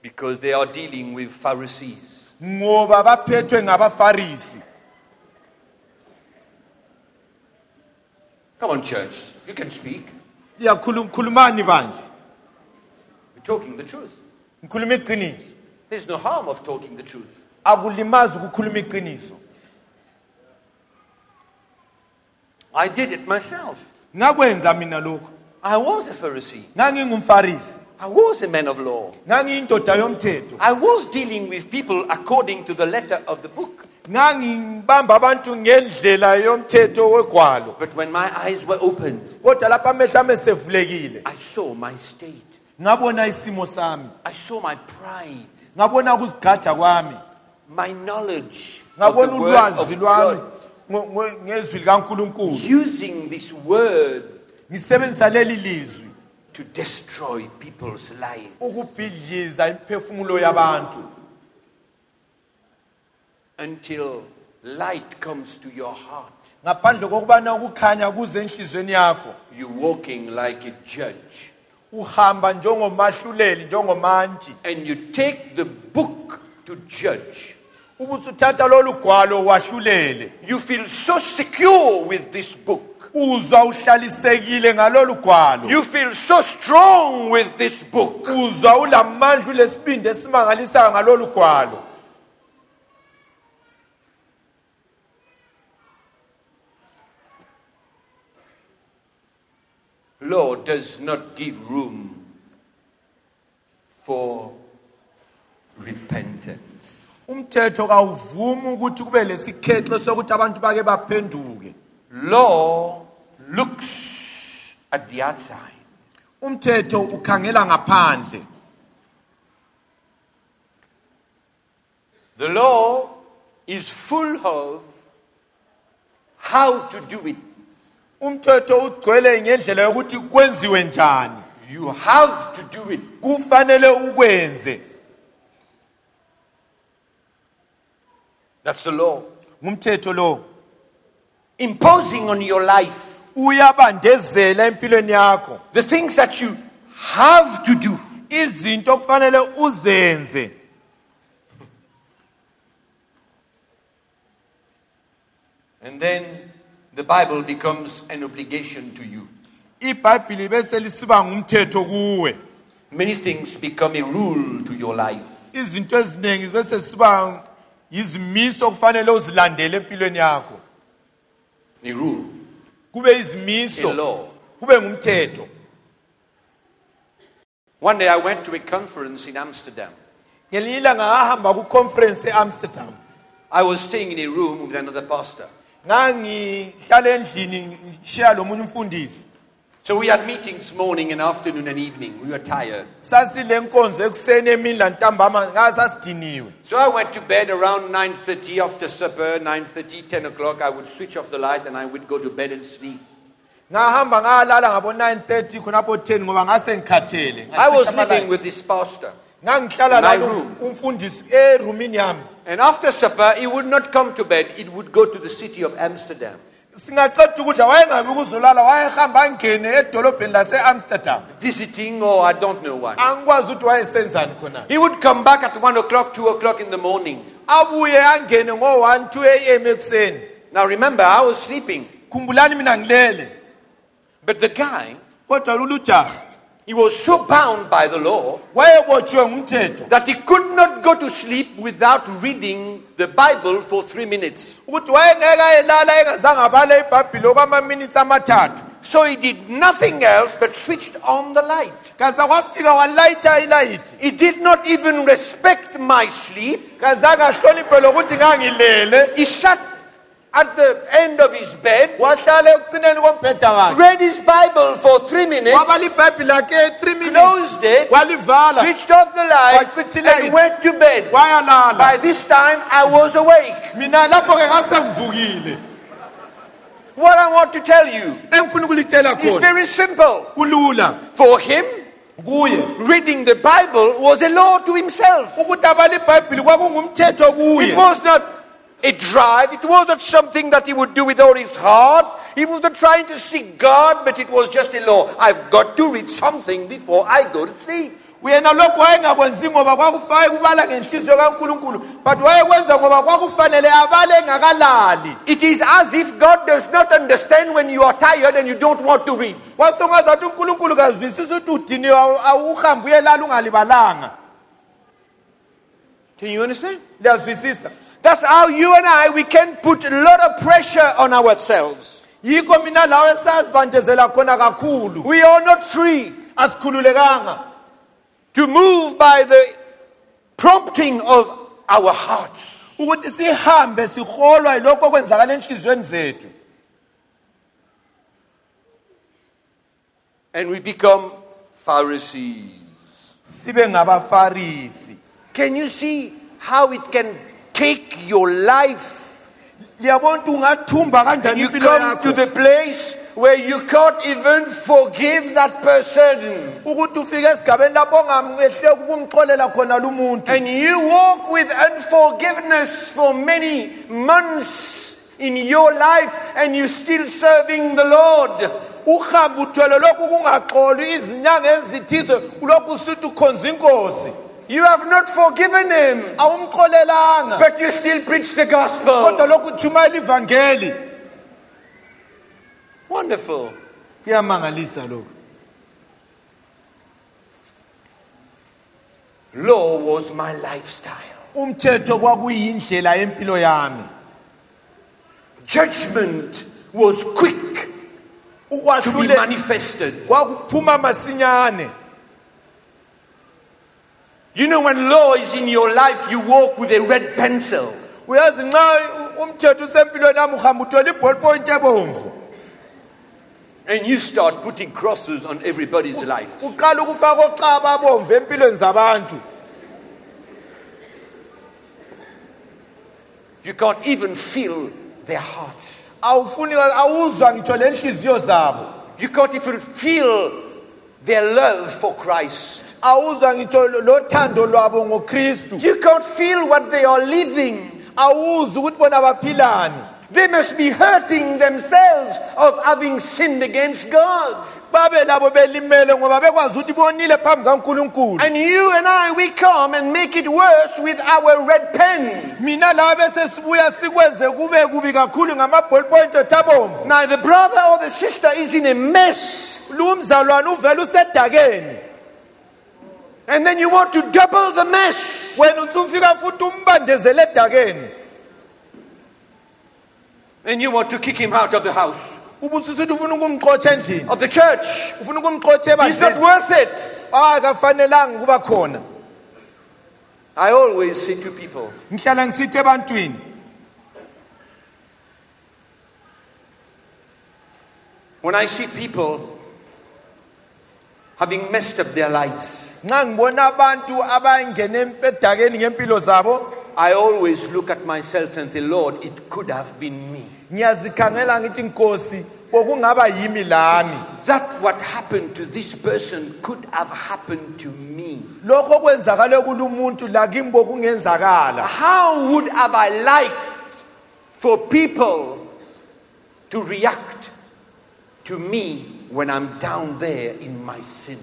Because they are dealing with Pharisees. ngoba baphethwe ngabafarisi Come on, church, you can speak. ngiyakhulumani bandla We're talking the truth. ngikhuluma iqiniso There's no harm of talking the truth. akulimazi ukukhuluma iqiniso I did it myself. ngakwenza mina lokho I was a Pharisee. ngangingumfarisi I was a man of law. ngangiyindoda yomthetho I was dealing with people according to the letter of the book. ngangibamba abantu ngendlela yomthetho wegwalo But when my eyes were opened, kodwa lapho amehlo ami esevulekile I saw my state. ngabona isimo sami I saw my pride, ngabona ukuzigqaja kwami my knowledge of ngabona the word ulwazi of lwami God. ngo- ngo- ngezwi likankulunkulu Using this word ngisebenzisa leli lizwi to destroy people's lives. ukubhidliza imphefumulo yabantu Until light comes to your heart, ngaphandle kokubana ukukhanya kuze enhlizweni yakho you're walking like a judge. uhamba njengomahluleli njengomantshi And you take the book to judge. ubusuthatha lolu gwalo wahlulele You feel so secure with this book. uzwa uhlalisekile ngalolu gwalo You feel so strong with this book. uzwa ulamandla ulesibindi esimangalisayo ngalolu gwalo Law does not give room for repentance. umthetho kawuvumi ukuthi kube lesikhexo sokuthi abantu bake baphenduke Law looks at the outside. umthetho ukhangela ngaphandle The law is full of how to do it. umthetho ugcwele ngendlela yokuthi kwenziwe njani You have to do it. kufanele ukwenze That's the law. ngumthetho lo Imposing on your life uyabandezela empilweni yakho the things that you have to do. izinto okufanele uzenze And then the Bible becomes an obligation to you. ibhayibhili bese lisiba ngumthetho kuwe Many things become a rule to your life. izinto eziningi bese siba izimiso okufanele uzilandele empilweni yakho A rule, kube a izimiso law. kube ngumthetho One day I went to a conference in Amsterdam. ngelinye ilanga ngahamba kuconference e-amsterdam I was staying in a room with another pastor. ngangihlala endlini ngishiya lomunye umfundisi So we had meetings morning and afternoon and evening. We were tired. sasile nkonzo ekuseni emini lantambama nga sasidiniwe So I went to bed around 9.30 after supper, 9.30, 10 o'clock. I would switch off the light and I would go to bed and sleep. ngahamba ngalala ngabo 9:30 khonapho 10 ngoba ngase ngikhathele I was Ngacitha living amalights. with this pastor. ngangihlala my la room. umfundisi erumini yami And after supper, he would not come to bed. He would go to the city of Amsterdam. singaqeda ukudla wayengabi ukuzolala wayehamba angene edolobheni lase-amsterdam Visiting or I don't know what. angikwazi ukuthi wayesenzani khonani He would come back at 1 o'clock, 2 o'clock in the morning. abuye angene ngo-1 2 am ekuseni Now remember, I was sleeping. khumbulani mina ngilele But the guy, kodwa lulujaha he was so bound by the law wayebotshiwe ngumthetho that he could not go to sleep without reading the Bible for three minutes. ukuthi wayengeke ayelala engazange abale ibhabhile okwamaminitsi amathathu So he did nothing else but switched on the light. kaza kwafika walayitha ilayithi He did not even respect my sleep. kazange ahloniphe lokuthi ngangilele He sat at the end of his bed, wahlala ekucineni kombheda wakhe read his Bible for three minutes, wabala ibhayibhile lakhe 3 minutes closed it, walivala switched off the light, Wacithi light. and went to bed. By wayalala this time, I was awake. mina lapho-ke ngasengivukile What I want to tell you engifuna ukulitshela is khona very simple. kulula For him, kuye reading the Bible was a law to himself. ukuthi abala ibhayibhile kwakungumthetho kuye It was not a drive. It was not something that he would do with all his heart. He was not trying to seek God, but it was just a law. I've got to read something before I go to sleep. yena lokhu wayengakwenzi ngoba kwakufake kubala ngenhliziyo kankulunkulu but wayekwenza ngoba kwakufanele abale engakalali It is as if God does not understand when you are tired and you don't want to read. kwasungazathi unkulunkulu kazwisisa ukuthi udiniwe awu- awuhambe uyelala ungalibalanga Can you understand? liyazwisisa That's how you and I we can put a lot of pressure on ourselves. yikho mina lawe sazibandezela khona kakhulu We are not free asikhululekanga to move by the prompting of our hearts. ukuthi sihambe siholwa yilokho okwenzakala enhliziyweni zethu And we become Pharisees. sibe ngabafarisi Can you see how it can take your life? liyabona ukuthi ungathumba kanjani You impilo come to yakho the place where you can't even forgive that person. ukuthi ufike esigabeni lapho ongamehleku ukumxolela khona lumuntu And you walk with unforgiveness for many months in your life and you're still serving the Lord. uhambe uthwele lokhu kungaxolwi izinyanga ezithize ulokhu usithi ukhonza inkosi You have not forgiven him, awumxolelanga but you still preach the kodwa gospel. lokhu uthumayela ivangeli Wonderful. kuyamangalisa lokhu Law was my lifestyle. umthetho kwakuyindlela yempilo yami Judgment was quick to be ukwahlule manifested. kwakuphuma masinyane You know, when law is in your life, you walk with a red pencil. uyazi nxa u- umthetho usempilweni yami uhambe uthole iballpoint ebomvu And you start putting crosses on everybody's life. uqala ukufaka oxaba abomvu empilweni zabantu You can't even feel their hearts. awufuni awuzwa ngitsho le nhliziyo zabo You can't even feel their love for Christ. awuzwa ngitsho lo- lothando lwabo ngokristu You can't feel what they are living. awuzwa ukuthi bona baphilani They must be hurting themselves of having sinned against God. babe labo belimele ngoba bekwazi ukuthi bonile phambi kankulunkulu And you and I, we come and make it worse with our red pen. mina lawa besesibuya sikwenze kube kubi kakhulu ngama-ballpoint thabomvu Now, the brother or the sister is in a mess. lumzalwane uvele usedakeni And then you want to double the mess. wena usufika futhi umbandezele edakeni And you want to kick him out of the house. ubususithi ufuna ukumxotha endlini of the church. ufuna ukumxotha It's not ebandleni worth it. akafanelanga ukuba khona I always say to people, ngihlala ngisithi ebantwini when I see people having messed up their lives, nxa ngibona abantu abangene emp- edakeni ngempilo zabo I always look at myself and say, Lord, it could have been me. ngiyazikhangela ngithi nkosi kokungaba yimi lami That what happened to this person could have happened to me. lokho okwenzakale kulo umuntu lakimi bokungenzakala How would have I liked for people to react to me when I'm down there in my sin?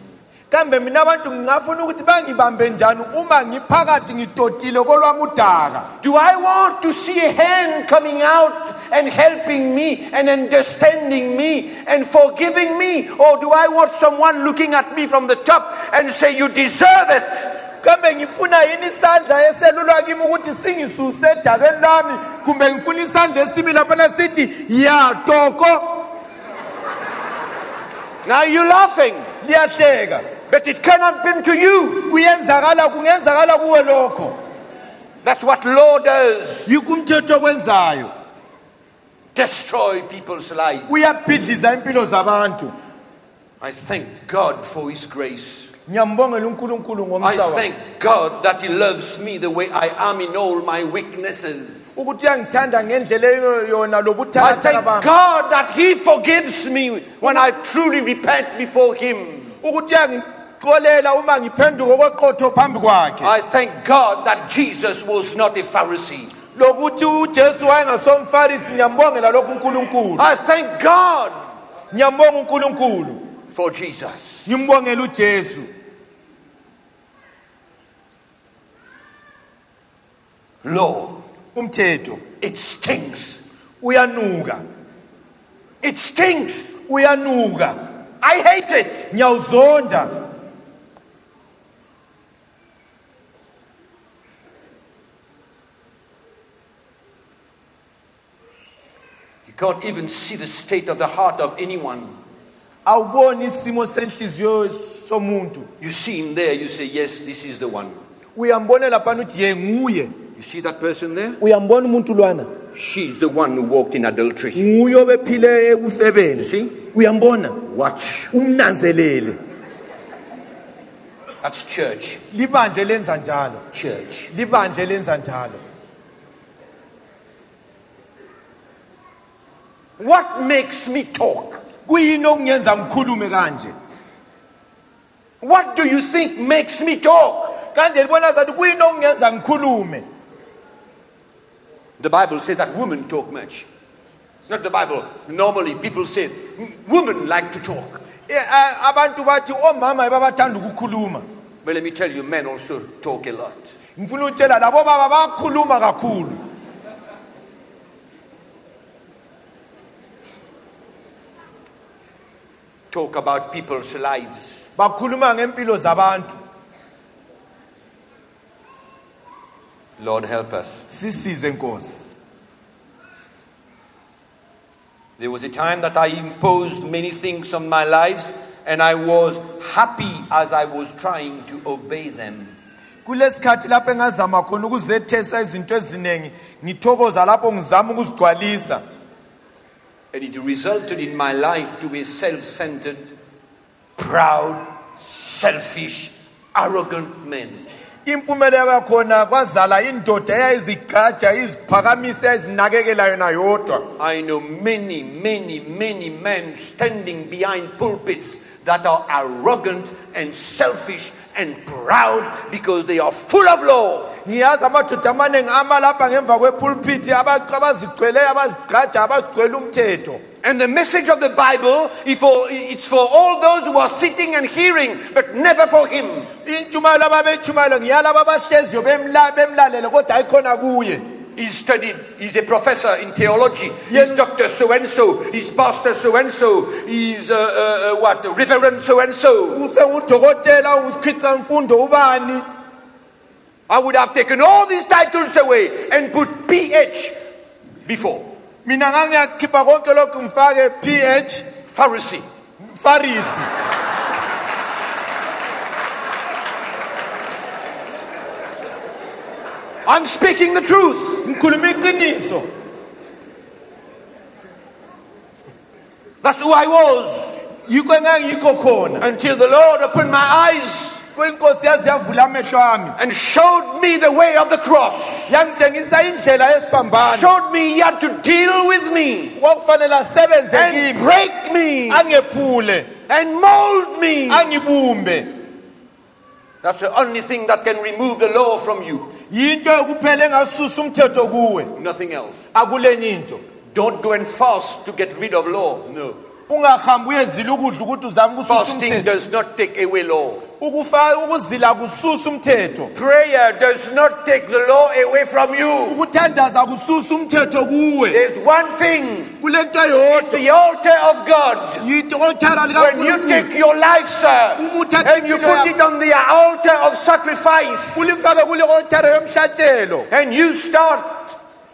kambe mina abantu ngingafuna ukuthi bangibambe njani uma ngiphakathi ngidotile kolwami udaka Do I want to see a hand coming out and helping me and understanding me and forgiving me? Or do I want someone looking at me from the top and say, You deserve it? kambe ngifuna yini isandla eselulwa kimi ukuthi singisuse edakeni lami kumbe ngifuna isandla esibi laphana sithi yatoko Now you're laughing, liyahleka but it cannot happen to you. kuyenzakala kungenzakala kuwe lokho That's what law does yikho umthetho okwenzayo destroy people's lives. uyabhidliza impilo zabantu I thank God for His grace. ngiyambongela unkulunkulu I ngomsawa thank God that He loves me the way I am in all my weaknesses. ukuthi uyangithanda ngendlela eyo- yona I lobuthakathaka thank bami God that He forgives me when I truly repent before Him. ukuthi uyangixolela uma ngiphenduka okweqotho phambi kwakhe I thank God that Jesus was not a Pharisee. lokuthi ujesu wayengasomfarisi ngiyambongela lokhu unkulunkulu I thank God ngiyambonga unkulunkulu for Jesus. ngimbongela ujesu Lord, umthetho it stinks. uyanuka It stinks. uyanuka I hate it. ngiyawuzonda You can't even see the state of the heart of anyone. awuboni isimo senhliziyo somuntu You see him there, you say, Yes, this is the one. uyambona laphana uthi ye nguye You see that person there? uyambona umuntu lwana She's the one who walked in adultery. nguye obephile ekufebeni See? uyambona Watch. umnanzelele That's church. libandle lenza njalo Church. libandle lenza njalo What makes me talk? kuyini okungenza ngikhulume kanje What do you think makes me talk? kanje libona zathi kuyini okungenza ngikhulume The Bible says that women talk much. It's not the Bible. Normally, people say "M- women like to talk. Eh, a- abantu bathi omama yibo abathanda ukukhuluma But let me tell you, men also talk a lot. ngifuna ukutshela labo baba bakhuluma kakhulu Talk about people's lives. bakhuluma ngempilo zabantu Lord, help us. sisize nkosi There was a time that I imposed many things on my lives, and I was happy as I was trying to obey them. kulesikhathi lapho engazama khona ukuzethesa izinto eziningi ngithokoza lapho ngizama ukuzigcwalisa And it resulted in my life to a self centered, proud, selfish, arrogant man. impumela yakhona kwazala indoda eyayizigqaja iziphakamisa ezinakekela yona yodwa I know many, many, many men standing behind pulpits that are arrogant and selfish and proud because they are full of law. ngiyazi amadoda amaningi ama lapha ngemva kwepulpiti abazigcweleyo abazigqaja abagcwele umthetho And the message of the Bible is for, it's for all those who are sitting and hearing, but never for him. intshumayelo ababetshumayelo ngiyalabo abahleziyo bemla- bemlalele kodwa ayikhona kuye He studied, he's a professor in theology. He's Dr. So and so, he's Pastor So and so, he's uh, uh, uh, what, Reverend So and so. usengudokotela usikhwica mfundo ubani I would have taken all these titles away and put PH before. mina ngangiyakhipha konke lokhu ngifake ph Pharisee. mfarisi I'm speaking the truth. ngikhuluma iqiniso That's who I was yikho engangikho khona until the Lord opened my eyes kwenkosi yaze yavula amehlo ami and showed me the way of the cross. yangitshengisa indlela yesiphambano Showed me he had to deal with me kwakufanele asebenze and kimi break me angephule and mold me. angibumbe That's the only thing that can remove the law from you. yinto yokuphela engasusa umthetho kuwe Nothing else. akulenye into Don't go and fast to get rid of law. No. ungahambi uyezila ukudla ukuthi uzame ukususa Fasting umthetho does not take away law. ukufa ukuzila kususa umthetho Prayer does not take the law away from you. ukuthandaza kususa umthetho kuwe There's one thing kulento eyodwa the altar of God. yito othara When you likaNkulunkulu take your life, sir, Umuthathe and you impilo put it on the altar of sacrifice, ulifake kule othara yomhlatshelo and you start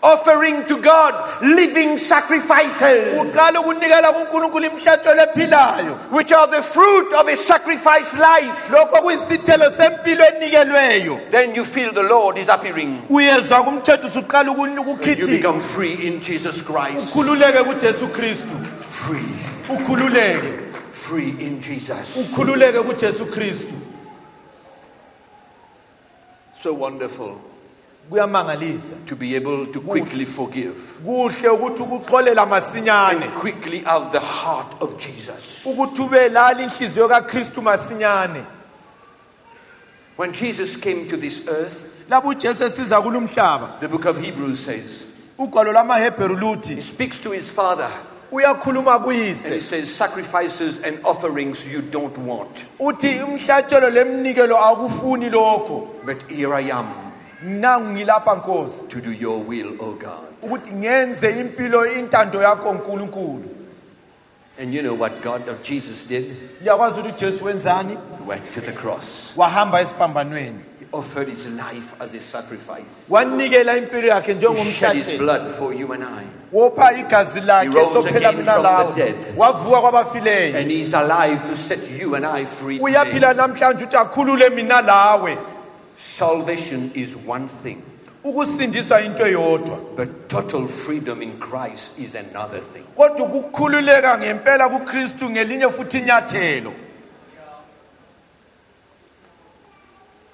offering to God living sacrifices, uqala ukunikela kuNkulunkulu imhlatshelo ephilayo which are the fruit of a sacrificed life, lokho kuyisithelo sempilo enikelweyo then you feel the Lord is appearing. uyezwa kumthetho usuqala You ukukhithika become free in Jesus Christ. ukhululeke kuJesu Kristu Free. ukhululeke Free in Jesus. ukhululeke kuJesu Kristu So wonderful kuyamangalisa to be able to quickly forgive, kuhle ukuthi ukuxolela masinyane quickly have the heart of Jesus. ukuthi ube lali inhliziyo kaKristu masinyane When Jesus came to this earth, lapho uJesu esiza kulumhlaba the book of Hebrews says, ugwalo lamaHebheru He luthi speaks to his father uyakhuluma and he kuyise says, Sacrifices and offerings you don't want, uthi imhlatshelo lemnikelo akufuni lokho but here I am nangu ngilapha Nkosi to do your will, O God. ukuthi ngenze impilo intando yakho nkulunkulu And you know what God of Jesus did? uyakwazi ukuthi ujesu wenzani He went to the cross, wahamba esiphambanweni he offered his life as a sacrifice, wanikela impilo yakhe he shed his njengomhlatshelo blood for you and I. wopha igazi lakhe He rose esophela again mina from the lawe dead. wavuka kwabafileyo And he's alive to set you and I free. today. uyaphila namhlanje ukuthi akhulule mina lawe Salvation is one thing, ukusindiswa into eyodwa but total freedom in Christ is another thing. kodwa ukukhululeka ngempela kukristu ngelinye futhi inyathelo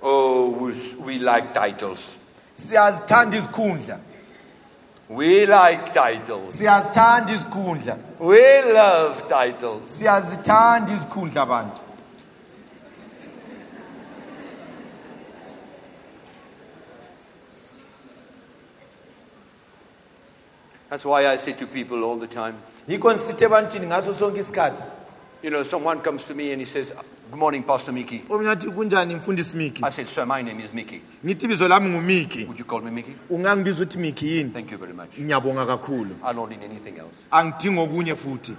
Oh, we, we like titles. siyazithanda izikhundla We like titles. siyazithanda izikhundla We love titles. siyazithanda izikhundla bantu That's why I say to people all the time, yikho nisithe ebantwini ngaso sonke isikhathi you know, someone comes to me and he says, Good morning, Pastor Mickey. omunye athi kunjani mfundisi miki I said, Sir, my name is Mickey. ngithi ibizo lami ngumiki Would you call me Mickey? ungangibiza ukuthi miki yini Thank you very much. ngiyabonga kakhulu I don't need anything else. angidingi okunye futhi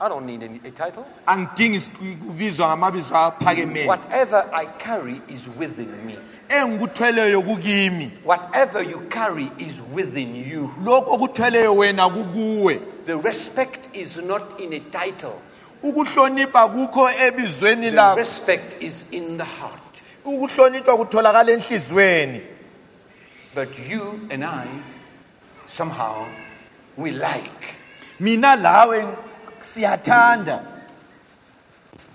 I don't need any, a title. angidingi isiku- ukubizwa ngamabizo aphakemeyo Whatever I carry is within me. engikuthweleyo kukimi Whatever you carry is within you. lokho okuthweleyo wena kukuwe The respect is not in a title. ukuhlonipha kukho ebizweni The lakho respect is in the heart. ukuhlonitshwa kutholakala enhliziyweni But you and I, somehow, we like mina lawe siyathanda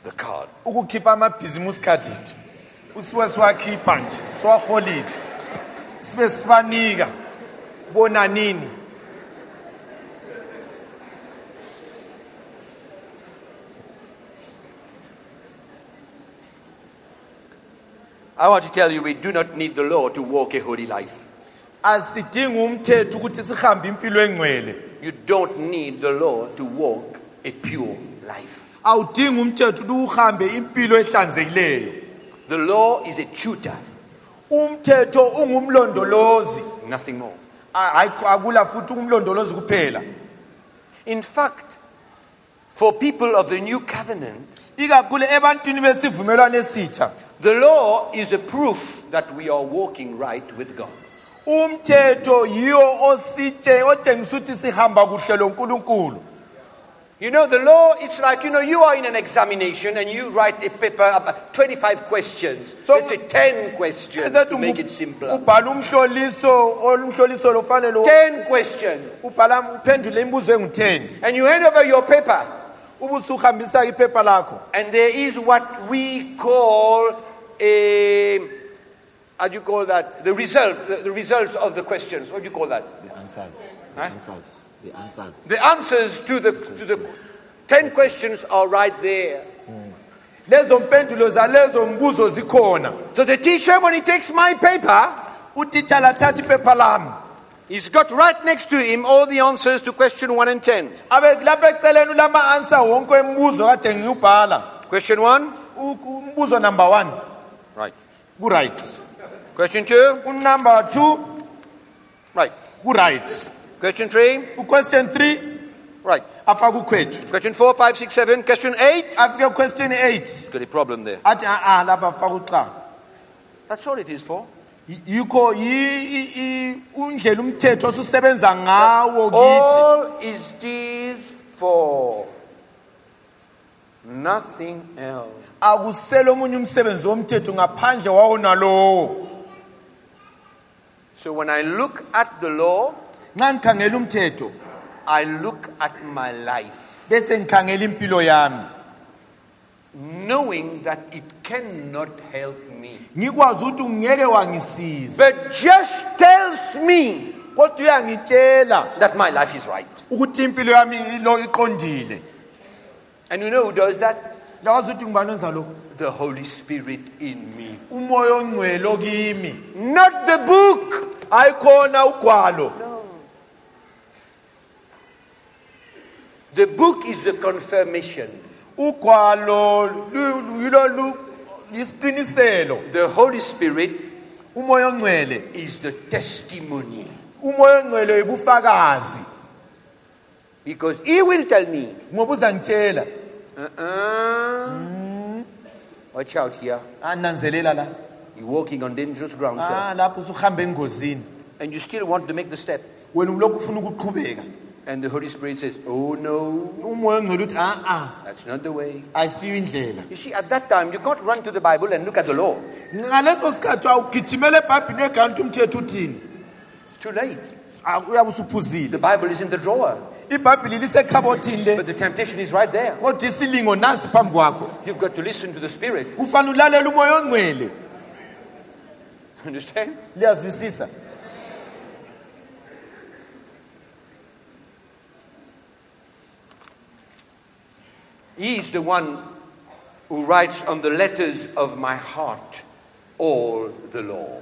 the card. ukukhipha amabhizimusi khadi ethu usiwe siwakhipha nje siwaholise sibe sibanika bona nini I want to tell you, we do not need the law to walk a holy life. asidingi umthetho ukuthi sihambe impilo engcwele You don't need the law to walk a pure life. awudingi umthetho ukuthi uhambe impilo ehlanzekileyo The law is a tutor, umthetho ungumlondolozi nothing more. A- hayi- akula futhi ungumlondolozi kuphela In fact, for people of the new covenant, ikakhulu ebantwini besivumelwano esitsha the law is a proof that we are walking right with God. umthetho yiwo ositshe otshengisa ukuthi sihamba kuhle loNkulunkulu You know, the law, it's like, you know, you are in an examination and you write a paper about 25 questions. So- um, So Let's say 10 questions Ezathi to ungu- make it simpler. ubhala umhloliso olumhloliso lofanele 10 questions. ubhala uphendule imibuzo engu-10 And you hand over your paper. ubusuhambisa iphepha lakho And there is what we call a, how do you call that? The result, the, the results of the questions. What do you call that? The answers. The Huh? answers. The answers. The answers to the, to the 10 questions are right there. lezo mpendulo zalezo mbuzo zikhona So the teacher, when he takes my paper, utitshala athatha iphepha lami he's got right next to him all the answers to question 1 and 10. abe lapha eceleni ulama ansa wonke imibuzo kade ngiyubhala Question 1. U- umbuzo number 1 Right. kuright Question two? unumber 2 Right. kuright Question three? uquestion 3 Right. afake ukhwethu Question four, five, six, seven. Question eight? afike question 8 Got a problem there. athi a-a lapha faka uqala That's all it is for. Y- yikho yi- i- i- undlela umthetho osusebenza ngawo kithi All is this for nothing else. akusele omunye umsebenzi womthetho ngaphandle wawo nalowo So when I look at the law, nxa ngikhangela umthetho I look at my life, bese ngikhangela impilo yami knowing that it cannot help me. ngikwazi ukuthi ungeke wangisiza But just tells me kodwa uyangitshela that my life is right. ukuthi impilo yami ilo iqondile And you know who does that? lakwazi ukuthi ngibani wenza lokhu The Holy Spirit in me. umoya ongcwele okimi Not the book. hayi khona ugwalo The book is the confirmation. ugwalo lu- lu- yilo lu- yisiqiniselo The Holy Spirit umoya ongcwele is the testimony. umoya ongcwele yibufakazi Because he will tell me, ngoba uzangitshela uh-uh. watch out here. ananzelela la You're walking on dangerous ground, sir. ah lapho usuhamba engozini And you still want to make the step. wena ulokhu ufuna ukuqhubeka And the Holy Spirit says, oh no, umoya ongcwele uthi "Ah, a-a that's not the way. ayisiyo indlela You see, at that time, you can't run to the Bible and look at the law. ngaleso sikhathi awugijimela ebhabhini eganti umthetho uthini It's too late. Ah, uyabe The usuphuzile Bible is in the drawer. ibhabhili lisekhabothini le But the temptation is right there. kodwa isilingo nansi phambi kwakho You've got to listen to the Spirit. *laughs* kufanele ulalele umoya ongcwele Understand? liyazwisisa He is the one who writes on the letters of my heart all the law.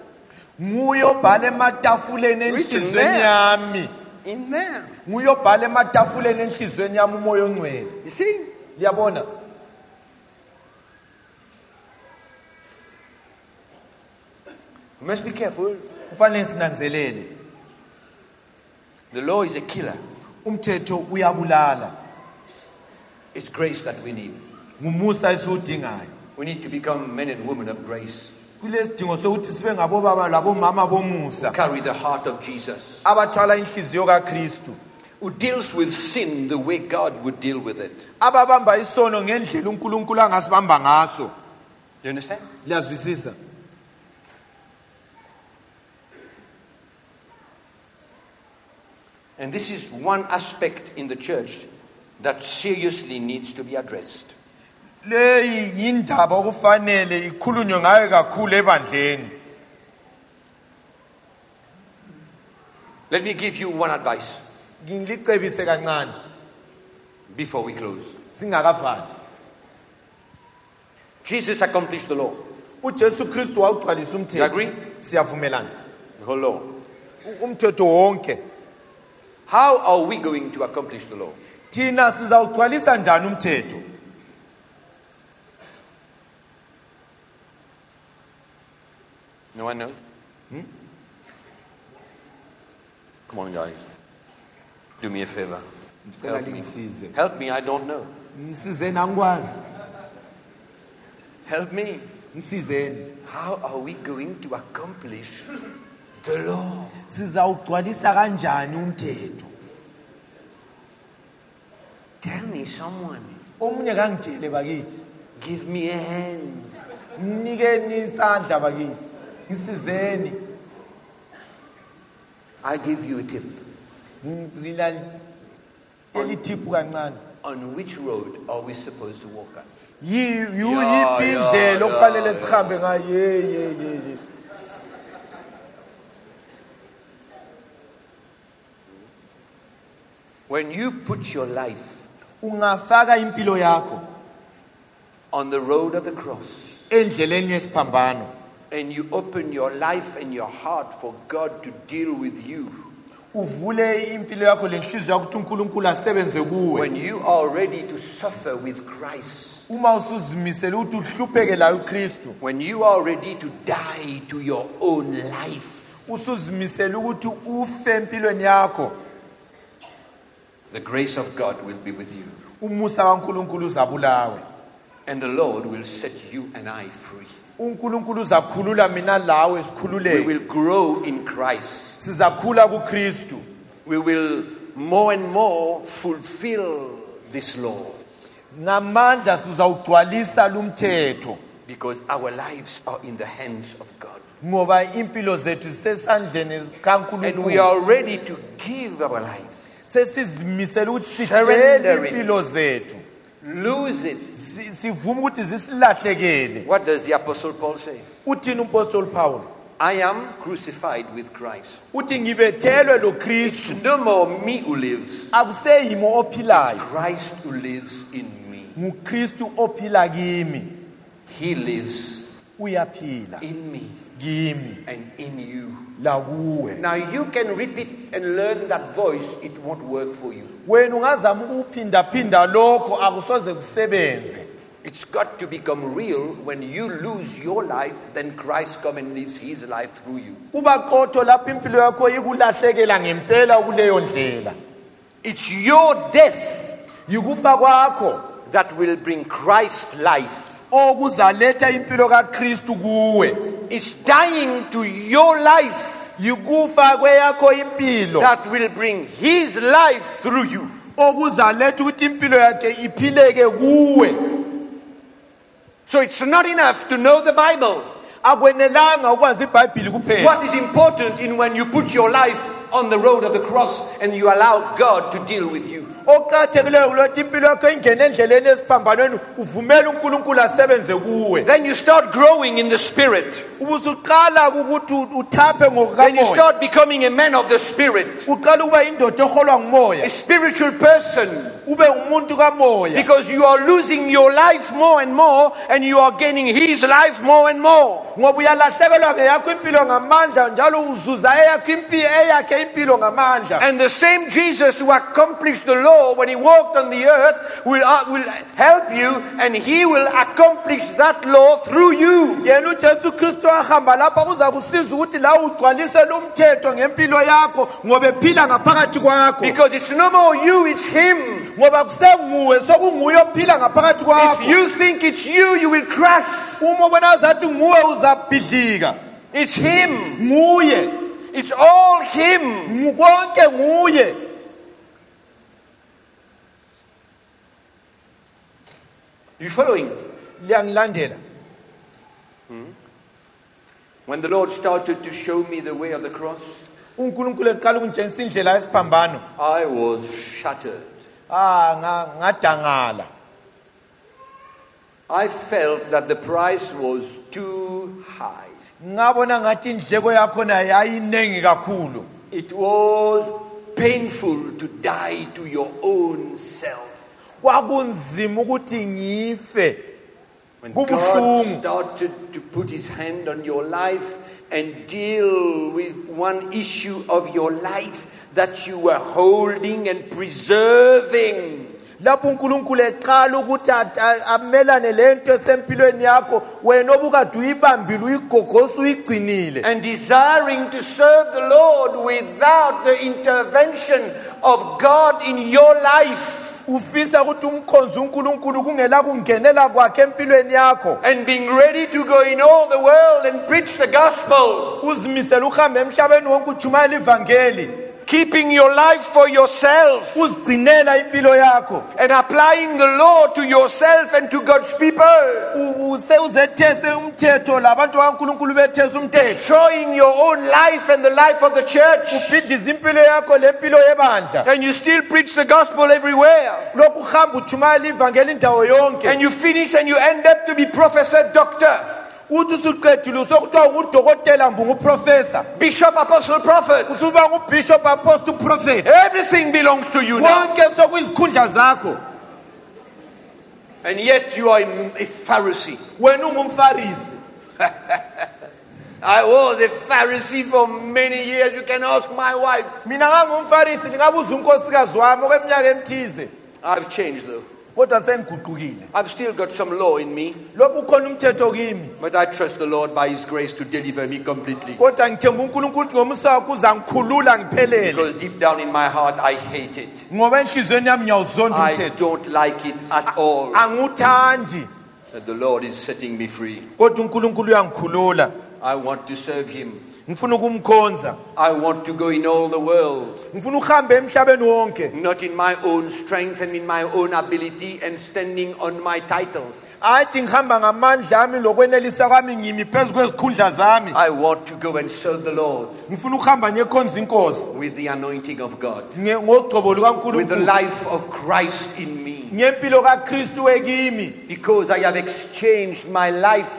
nguye obhala ematafuleni Written enhliziyweni there. yami In there. nguye obhala ematafuleni enhliziyweni yami umoya ongcwele You see? liyabona You must be careful. kufanele sinanzelele The law is a killer. umthetho uyabulala It's grace that we need. ngumusa esiwudingayo We need to become men and women of grace. kulesidingo sokuthi sibe ngabobaba labomama bomusa Carry the heart of Jesus, abathwala inhliziyo kaKristu who deals with sin the way God would deal with it. ababamba isono ngendlela uNkulunkulu angasibamba ngaso You understand? liyazwisisa And this is one aspect in the church that seriously needs to be addressed. leyi yindaba okufanele ikhulunywe ngayo kakhulu ebandleni Let me give you one advice ngilicebise kancane before we close. singakavali Jesus accomplished the law, uJesu Kristu wawugcwalisa You umthetho agree? siyavumelana the whole law. U- umthetho wonke How are we going to accomplish the law? thina sizawugcwalisa njani umthetho No one knows? Hmm? Come on, guys. Do me a favor. ngicela Help me. lingisize Help me, I don't know. msize nangikwazi Help me. msizeni How are we going to accomplish the law. sizawugcwalisa kanjani umthetho Tell me, someone, omunye kangitshele bakithi give me a hand. mnikeni isandla bakithi ngisizeni I give you a tip. ngilalitela ithiphu kancane On which road are we supposed to walk on? Yi- Ya, yiyiphi ya, indlela ya, okufanele ya. sihambe ngayo ye ye ye ye When you put your life ungafaka impilo yakho on the road of the cross, endleleni yesiphambano and you open your life and your heart for God to deal with you, uvule impilo yakho lenhliziyo yakho ukuthi uNkulunkulu asebenze kuwe when you are ready to suffer with Christ, uma usuzimisele ukuthi uhlupheke layo uKristu when you are ready to die to your own life, usuzimisele ukuthi ufe empilweni yakho the grace of God will be with you, umusa kaNkulunkulu uzabulawe and the Lord will set you and I free. uNkulunkulu uzakhulula mina lawe We sikhululeke will grow in Christ. sizakhula kuKristu We will more and more fulfill this law ngamandla sizawugcwalisa lumthetho because our lives are in the hands of God. ngoba impilo zethu sesandleni And we kaNkulunkulu are ready to give our lives, sesizimisele ukuthi sicele Surrender it. impilo zethu lose it. Si- sivume ukuthi zisilahlekele What does the Apostle Paul say? uthini umpostoli Paul I am crucified with Christ. uthi ngibethelwe lo Kristu No more me who lives, akuseyimo ophilayo Christ who lives in me. nguKristu ophila kimi He lives uyaphila in me kimi and in you. la kuwe Now you can repeat and learn that voice, it won't work for you. wena ungazama ukuphindaphinda lokho akusoze kusebenze It's got to become real when you lose your life, then Christ comes and lives his life through you. kuba qotho lapho impilo yakho ikulahlekela ngempela kuleyo ndlela It's your death yikufa kwakho that will bring Christ's life. okuzaletha impilo kaKristu kuwe It's dying to your life yikufa kweyakho impilo that will bring his life through you. okuzaletha ukuthi impilo yakhe iphileke kuwe So it's not enough to know the Bible. akwenelanga ukwazi iBhayibheli kuphela What is important in when you put your life on the road of the cross and you allow God to deal with you? okuqathekileyo kulothi impilo yakho ingene endleleni esiphambanweni uvumele uNkulunkulu asebenze kuwe Then you start growing in the Spirit. ubusuqala ukuthi uthaphe Then you ngokukamoya start becoming a man of the Spirit, uqala ukuba indoda eholwa a ngumoya spiritual person. ube umuntu kamoya Because you are losing your life more and more, and you are gaining His life more and more. ngoba uyalahlekelwa ngeyakho impilo ngamandla njalo uzuza eyakho impi- eyakhe impilo ngamandla And the same Jesus who accomplished the law when He walked on the earth will, uh, will help you, and He will accomplish that law through you. yena ujesu kristu ahamba lapha kuza kusiza ukuthi la ugcwalise lumthetho ngempilo yakho ngoba ephila ngaphakathi kwakho Because it's no more you, it's Him. ngoba kusenguwe sokunguye ophila ngaphakathi If kwakho you think it's you, you will crash. uma ubona zathi nguwe uzabhidlika It's Him. nguye It's all Him. ngu- konke nguye You following? liyangilandela When the Lord started to show me the way of the cross, unkulunkulu eqala ukungitshengisa indlela yesiphambano I was shattered. ah nga- ngadangala I felt that the price was too high. ngabona ngathi indleko yakhona yayinengi kakhulu It was painful to die to your own self. kwakunzima ukuthi ngife When Kubuhlungu. God started to put his hand on your life and deal with one issue of your life that you were holding and preserving. lapho unkulunkulu eqala ukuthi at- a- amelane le nto esempilweni yakho wena obukade uyibambile uyigogosa uyigcinile And desiring to serve the Lord without the intervention of God in your life. ufisa ukuthi umkhonze uNkulunkulu kungela kungenela kwakhe empilweni yakho and being ready to go in all the world and preach the gospel, uzimisele uhambe emhlabeni wonke ujumayela ivangeli keeping your life for yourself uzigcinela impilo yakho and applying the law to yourself and to God's people, U- use uzethese umthetho labantu bakaNkulunkulu bethese umthetho showing your own life and the life of the church, ubhidiza impilo yakho lempilo yebandla and you still preach the gospel everywhere. lokhu uhamba ujumayela ivangeli indawo yonke And you finish and you end up to be professor, doctor, uthi usuqedile usokuthiwa ngudokotela mbe unguprofesa bishop, apostle, prophet. usuba ngubishop apostle prophet Everything belongs to you now. konke sokuyizikhundla zakho And yet you are a a Pharisee. wena ungumfarisi I was a Pharisee for many years. You can ask my wife. mina ngangumfarisi ningabuza unkosikazi wami okweminyaka emthize I've changed though. kodwa sengiguqukile I've still got some law in me, lokhu ukhona umthetho kimi but I trust the Lord by His grace to deliver me completely. kodwa ngithemba unkulunkulu ukuthi ngomusa wakho uzangikhulula ngiphelele Because deep down in my heart, I hate it. ngoba enhliziyweni yami ngiyawuzonda I umthetho don't like it at all. angiwuthandi But the Lord is setting me free. kodwa unkulunkulu uyangikhulula I want to serve Him. ngifuna ukumkhonza I want to go in all the world, ngifuna uhambe emhlabeni wonke not in my own strength and in my own ability and standing on my titles. athi ngihamba ngamandla ami lokwenelisa kwami ngimi phezu kwezikhundla zami I want to go and serve the Lord ngifuna ukuhamba ngekhonza inkosi with the anointing of God, nge- ngogcobo with the lukankulunkulu life of Christ in me. ngempilo kaKristu ekimi Because I have exchanged my life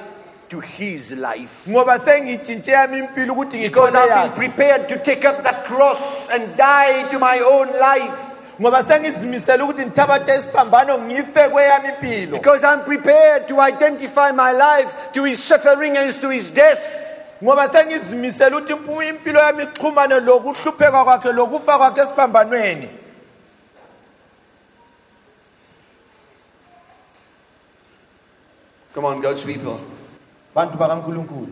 to his life. ngoba sengitshintshe yami impilo ukuthi Because ngithole I've yakhe been prepared to take up that cross and die to my own life. ngoba sengizimisele ukuthi ngithabathe isiphambano ngife kweyami impilo Because I'm prepared to identify my life to his suffering and to his death. ngoba sengizimisele ukuthi impu- impilo yami ixhumane lokuhlupheka kwakhe lokufa kwakhe esiphambanweni Come on, God's people. bantu bakankulunkulu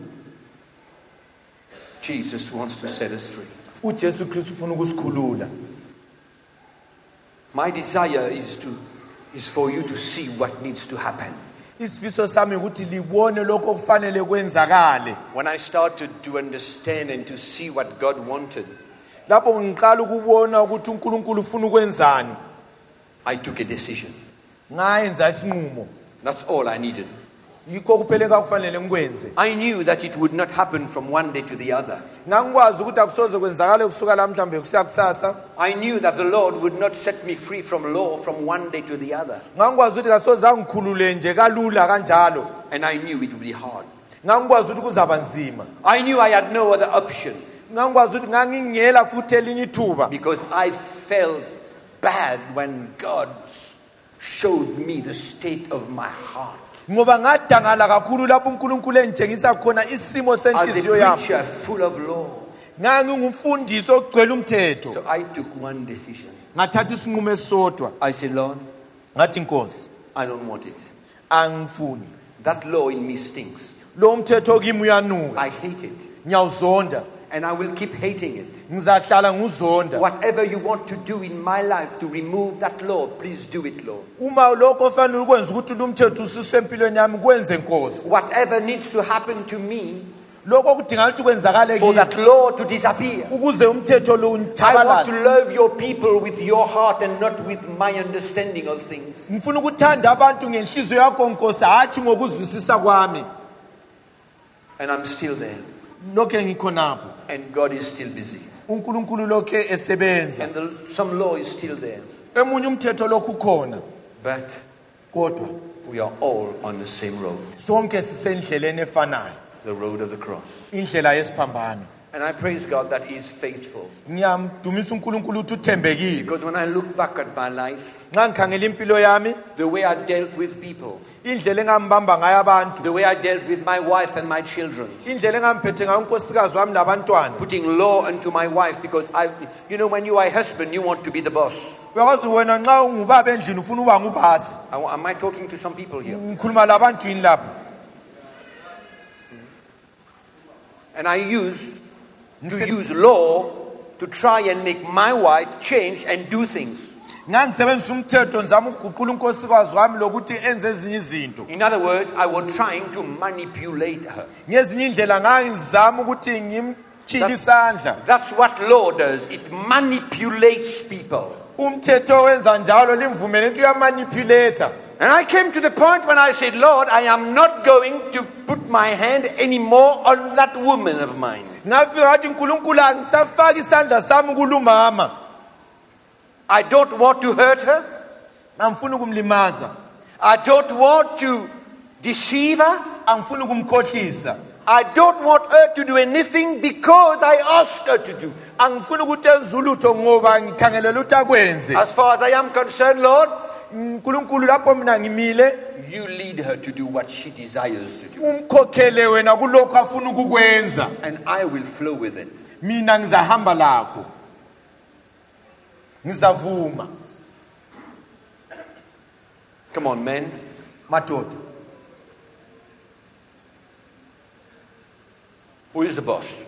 Jesus wants to set us free. ujesu kristu ufuna ukusikhulula My desire is to is for you to see what needs to happen. isifiso sami ukuthi libone lokho okufanele kwenzakale When I started to understand and to see what God wanted, lapho ngiqala ukubona ukuthi unkulunkulu ufuna ukwenzani I took a decision. ngayenza isinqumo That's all I needed. yikho kupheleka kufanele ngikwenze I knew that it would not happen from one day to the other. ngangikwazi ukuthi akusoze kwenzakale kusuka la mhlambe kusiya kusasa I knew that the Lord would not set me free from law from one day to the other. ngangikwazi ukuthi kasoze angikhulule nje kalula kanjalo And I knew it would be hard. ngangikwazi ukuthi kuzaba nzima I knew I had no other option ngangikwazi ukuthi ngangingela futhi elinye ithuba because I felt bad when God s- showed me the state of my heart. ngoba ngadangala kakhulu lapho unkulunkulu engitshengisa khona isimo As a senhliziyo yami preacher full of law. ngangingumfundisi ogcwele umthetho So I took one decision. ngathatha isinqumo esisodwa I said, Lord, ngathi inkosi I don't want it. angifuni That law in me stinks. lo mthetho kimi uyanuka I hate it. ngiyawuzonda And I will keep hating it. ngizahlala nguzonda Whatever you want to do in my life to remove that law, please do it, Lord. uma lokho ofanele ukwenza ukuthi lo mthetho ususwe empilweni yami kwenze inkosi Whatever needs to happen to me lokho okudingakala ukuthi kwenzakale for kimi that law to disappear. ukuze umthetho lo I want unithabalale to love your people with your heart and not with my understanding of things. ngifuna ukuthanda abantu ngenhliziyo yakho nkosi hatshi ngokuzwisisa kwami And I'm still there. lokho engikhonapho And God is still busy. unkulunkulu lokho esebenza And the, some law is still there. emunye umthetho lokhu ukhona But kodwa we are all on the same road sonke sisendleleni efanayo the road of the cross. indlela yesiphambano And I praise God that He is faithful. ngiyamdumisa unkulunkulu ukuthi uthembekile Because when I look back at my life, nxa ngikhangela impilo yami the way I dealt with people, indlela engambamba ngayo abantu the way I dealt with my wife and my children, indlela engamphethe ngayo unkosikazi wami labantwana putting law unto my wife because I, you know, when you are a husband, you want to be the boss. uyakwazi wena nxa ungubaba endlini ufuna uba ngubhasi I wa- Am I talking to some people here? ngikhuluma labantwini lapho And I use to use law to try and make my wife change and do things. ngangisebenzisa umthetho ngizama ukuguqula unkosikazi wami lokuthi enze ezinye izinto In other words, I was trying to manipulate her. ngezinye indlela ngangizama ukuthi ngimtshile isandla That's what law does. It manipulates people. umthetho wenza njalo limvumele into uyamanipulata And I came to the point when I said, Lord, I am not going to put my hand anymore on that woman of mine. ngafika ngathi nkulunkulu angisafaki isandla sami kulumama I don't want to hurt her. angifuni ukumlimaza I don't want to deceive her. angifuni ukumkhohlisa I don't want her to do anything because I asked her to do. angifuni ukuthi enze ulutho ngoba ngikhangelela ukuthi akwenze As far as I am concerned, Lord, nkulunkulu lapho mina ngimile you lead her to do what she desires to do. umkhokhele wena kulokho afuna ukukwenza And I will flow with it. mina ngizahamba lakho ngizavuma Come on, men. madoda Who is the boss?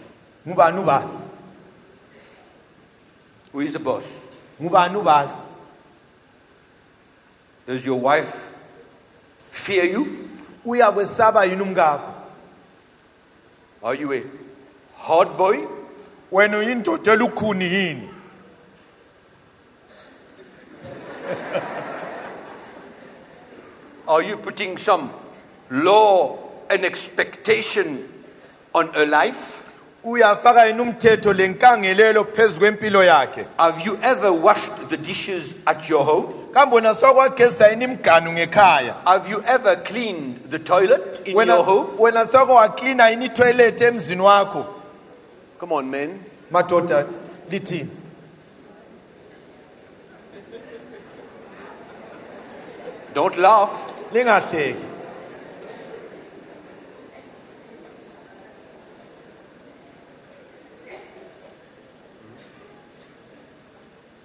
ngubani ubasi Who is the boss? ngubani ubasi Does your wife fear you? uyakwesaba yini umkakho Are you a hard boy? wena uyindoda elukhuni yini Are you putting some law and expectation on her life? uyafaka yini umthetho lenkangelelo phezu kwempilo yakhe Have you ever washed the dishes at your home? kambe wena sokwageza yini imiganu ngekhaya Have you ever cleaned the toilet in wena, your home? wena sokwaklina yini itoilet emzini wakho Come on, men. madoda lithini Don't laugh. lingahleki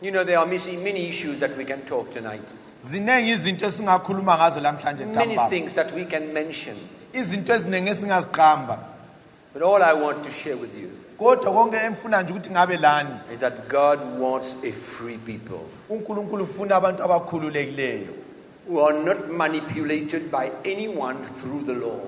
You know, there are many, many issues that we can talk tonight, ziningi izinto esingakhuluma ngazo lamhlanje many ntambama. things that we can mention. izinto eziningi esingaziqamba But all I want to share with you kodwa konke emfuna nje ukuthi ngabe lani is that God wants a free people unkulunkulu ufuna abantu abakhululekileyo who are not manipulated by anyone through the law.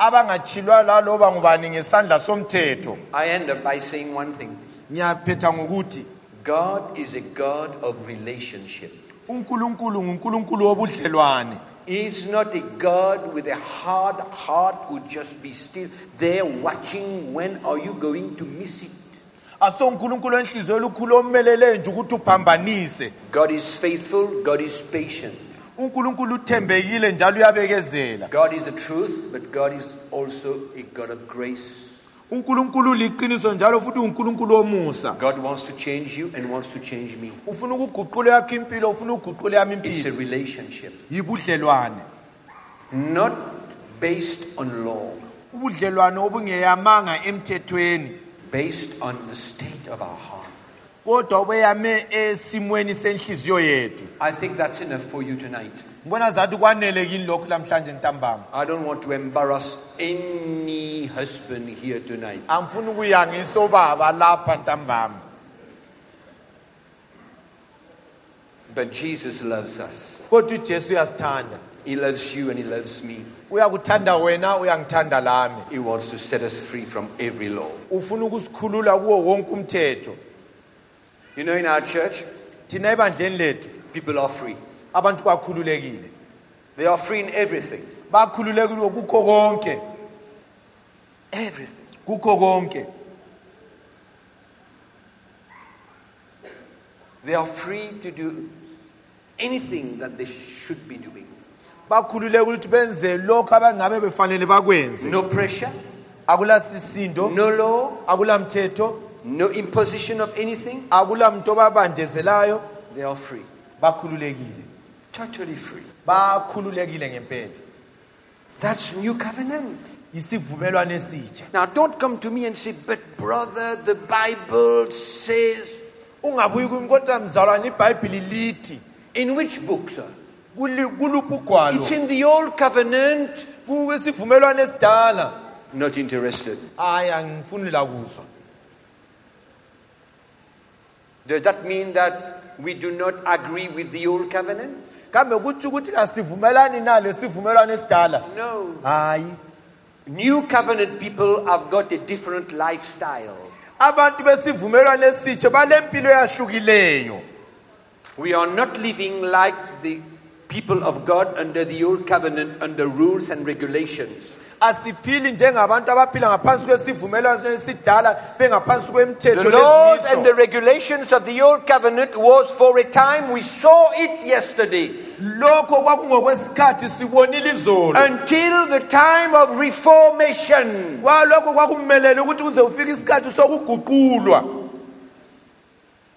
abangachilwa laloba ngubani ngesandla somthetho I end up by saying one thing ngiyaphetha ngokuthi God is a God of relationship. unkulunkulu ngunkulunkulu wobudlelwane He's not a God with a hard heart who just be still there watching when are you going to miss it. aso unkulunkulu wenhliziyo olukhulu omelele nje ukuthi uphambanise God is faithful, God is patient. unkulunkulu uthembekile njalo uyabekezela God is the truth, but God is also a God of grace. unkulunkulu liqiniso njalo futhi unkulunkulu womusa God wants to change you and wants to change me. ufuna ukuguqula yakho impilo ufuna ukuguqula yami It's a impilo relationship, yibudlelwane not based on law, ubudlelwane obungeyamanga emthethweni based on the state of our heart. kodwa obeyame esimweni senhliziyo yethu I think that's enough for you tonight. ngibona zathi kwanele kini lokhu lamhlanje ntambama I don't want to embarrass any husband here tonight. angifuni ukuyangisa obaba lapha ntambama But Jesus loves us. kodwa ujesu uyasithanda He loves you and He loves me. uyakuthanda wena uyangithanda lami He wants to set us free from every law. ufuna ukusikhulula kuwo wonke umthetho You know, in our church, thina ebandleni lethu people are free. abantu bakhululekile They are free in everything. bakhululekile kukho konke Everything. kukho konke They are free to do anything that they should be doing. bakhululekile ukuthi benze lokho abangabe befanele bakwenze No pressure, akulasisindo no law, akulamthetho no imposition of anything. akulamuntu obabandezelayo They are free. bakhululekile Totally free. bakhululekile ngempela That's new covenant. isivumelwano esitsha Now, don't come to me and say, but brother, the Bible says. ungabuyi kimi kodwa mzalwane ibhayibhili lithi In which book, sir? kuli- kuluphi ugwalo It's in the old covenant. kwisivumelwano esidala Not interested. hayi angifuni lakuzwa Does that mean that that we do not agree with the old covenant? kambe kutsho ukuthi kasivumelani na lesivumelwano esidala No. hayi New covenant people have got a different lifestyle. abantu besivumelwano esitsha balempilo eyahlukileyo We are not living like the people of God under the old covenant, under rules and regulations. asiphili njengabantu abaphila ngaphansi kwesivumelwano esidala bengaphansi The kwemthetho laws lezimiso. and the regulations of the old covenant was for a time, we saw it yesterday, lokho kwakungokwesikhathi sibonile izolo until the time of reformation. kwalokho kwakumelele ukuthi kuze ufike isikhathi sokuguqulwa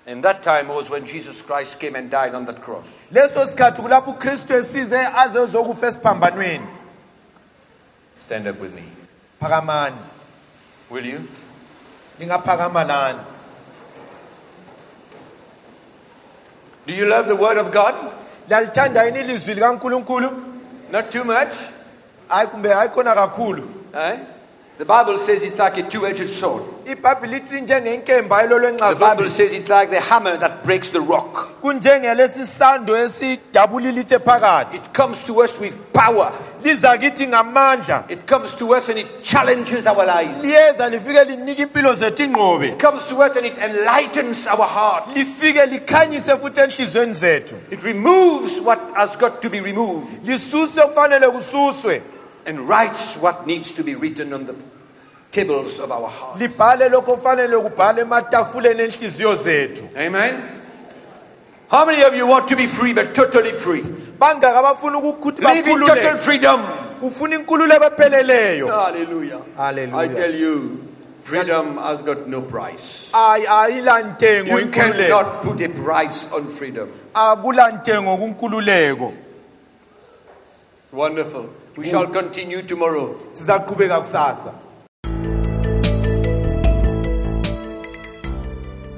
And that time was when Jesus Christ came and died on that cross. leso sikhathi kulapho ukristu esize aze uzokufa esiphambanweni Stand up with me. phakamani Will you? lingaphakama lani Do you love the Word of God? lalithanda yini ilizwi likankulunkulu Not too much? hayi kumbe hayi khona kakhulu Eh? The Bible says it's like a two edged sword. ibhayibhili lithi njengenkemba The Bible elolwencazo says it's like the hammer that breaks the rock. kunjengelesi sando esidabula ilitshe phakathi It comes to us with power. liza kithi ngamandla It comes to us and it challenges our lives. liyeza lifike linike impilo zethu ingqobe It comes to us and it enlightens our heart. lifike likhanyise futhi enhliziyweni zethu It removes what has got to be removed lisuswe kufanele kususwe and writes what needs to be written on the tables of our heart. libhale lokho kufanele kubhale ematafuleni enhliziyo zethu Amen. How many of you want to be free but totally free? bangaka abafuna ukuthi Live in total bakhululeke freedom. ufuna inkululeko epheleleyo Hallelujah. Hallelujah. I tell you, freedom has got no price. Ayi- ayilantengo You inkululeko cannot put a price on freedom. akulantengo kunkululeko Wonderful. We shall continue tomorrow. sizaqhubeka kusasa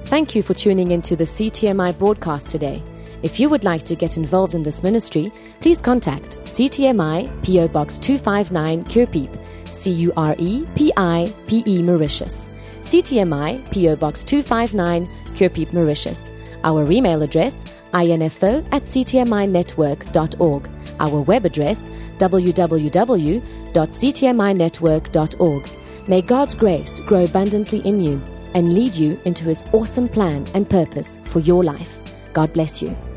Thank you for tuning in to the CTMI broadcast today. If you would like to get involved in this ministry, please contact CTMI PO Box 259 Curepeep, C U R E P I P E Mauritius. CTMI PO Box 259 Curepeep, Mauritius. Our email address info at ctminetwork.org. Our web address www.ctminetwork.org. May God's grace grow abundantly in you and lead you into his awesome plan and purpose for your life. God bless you.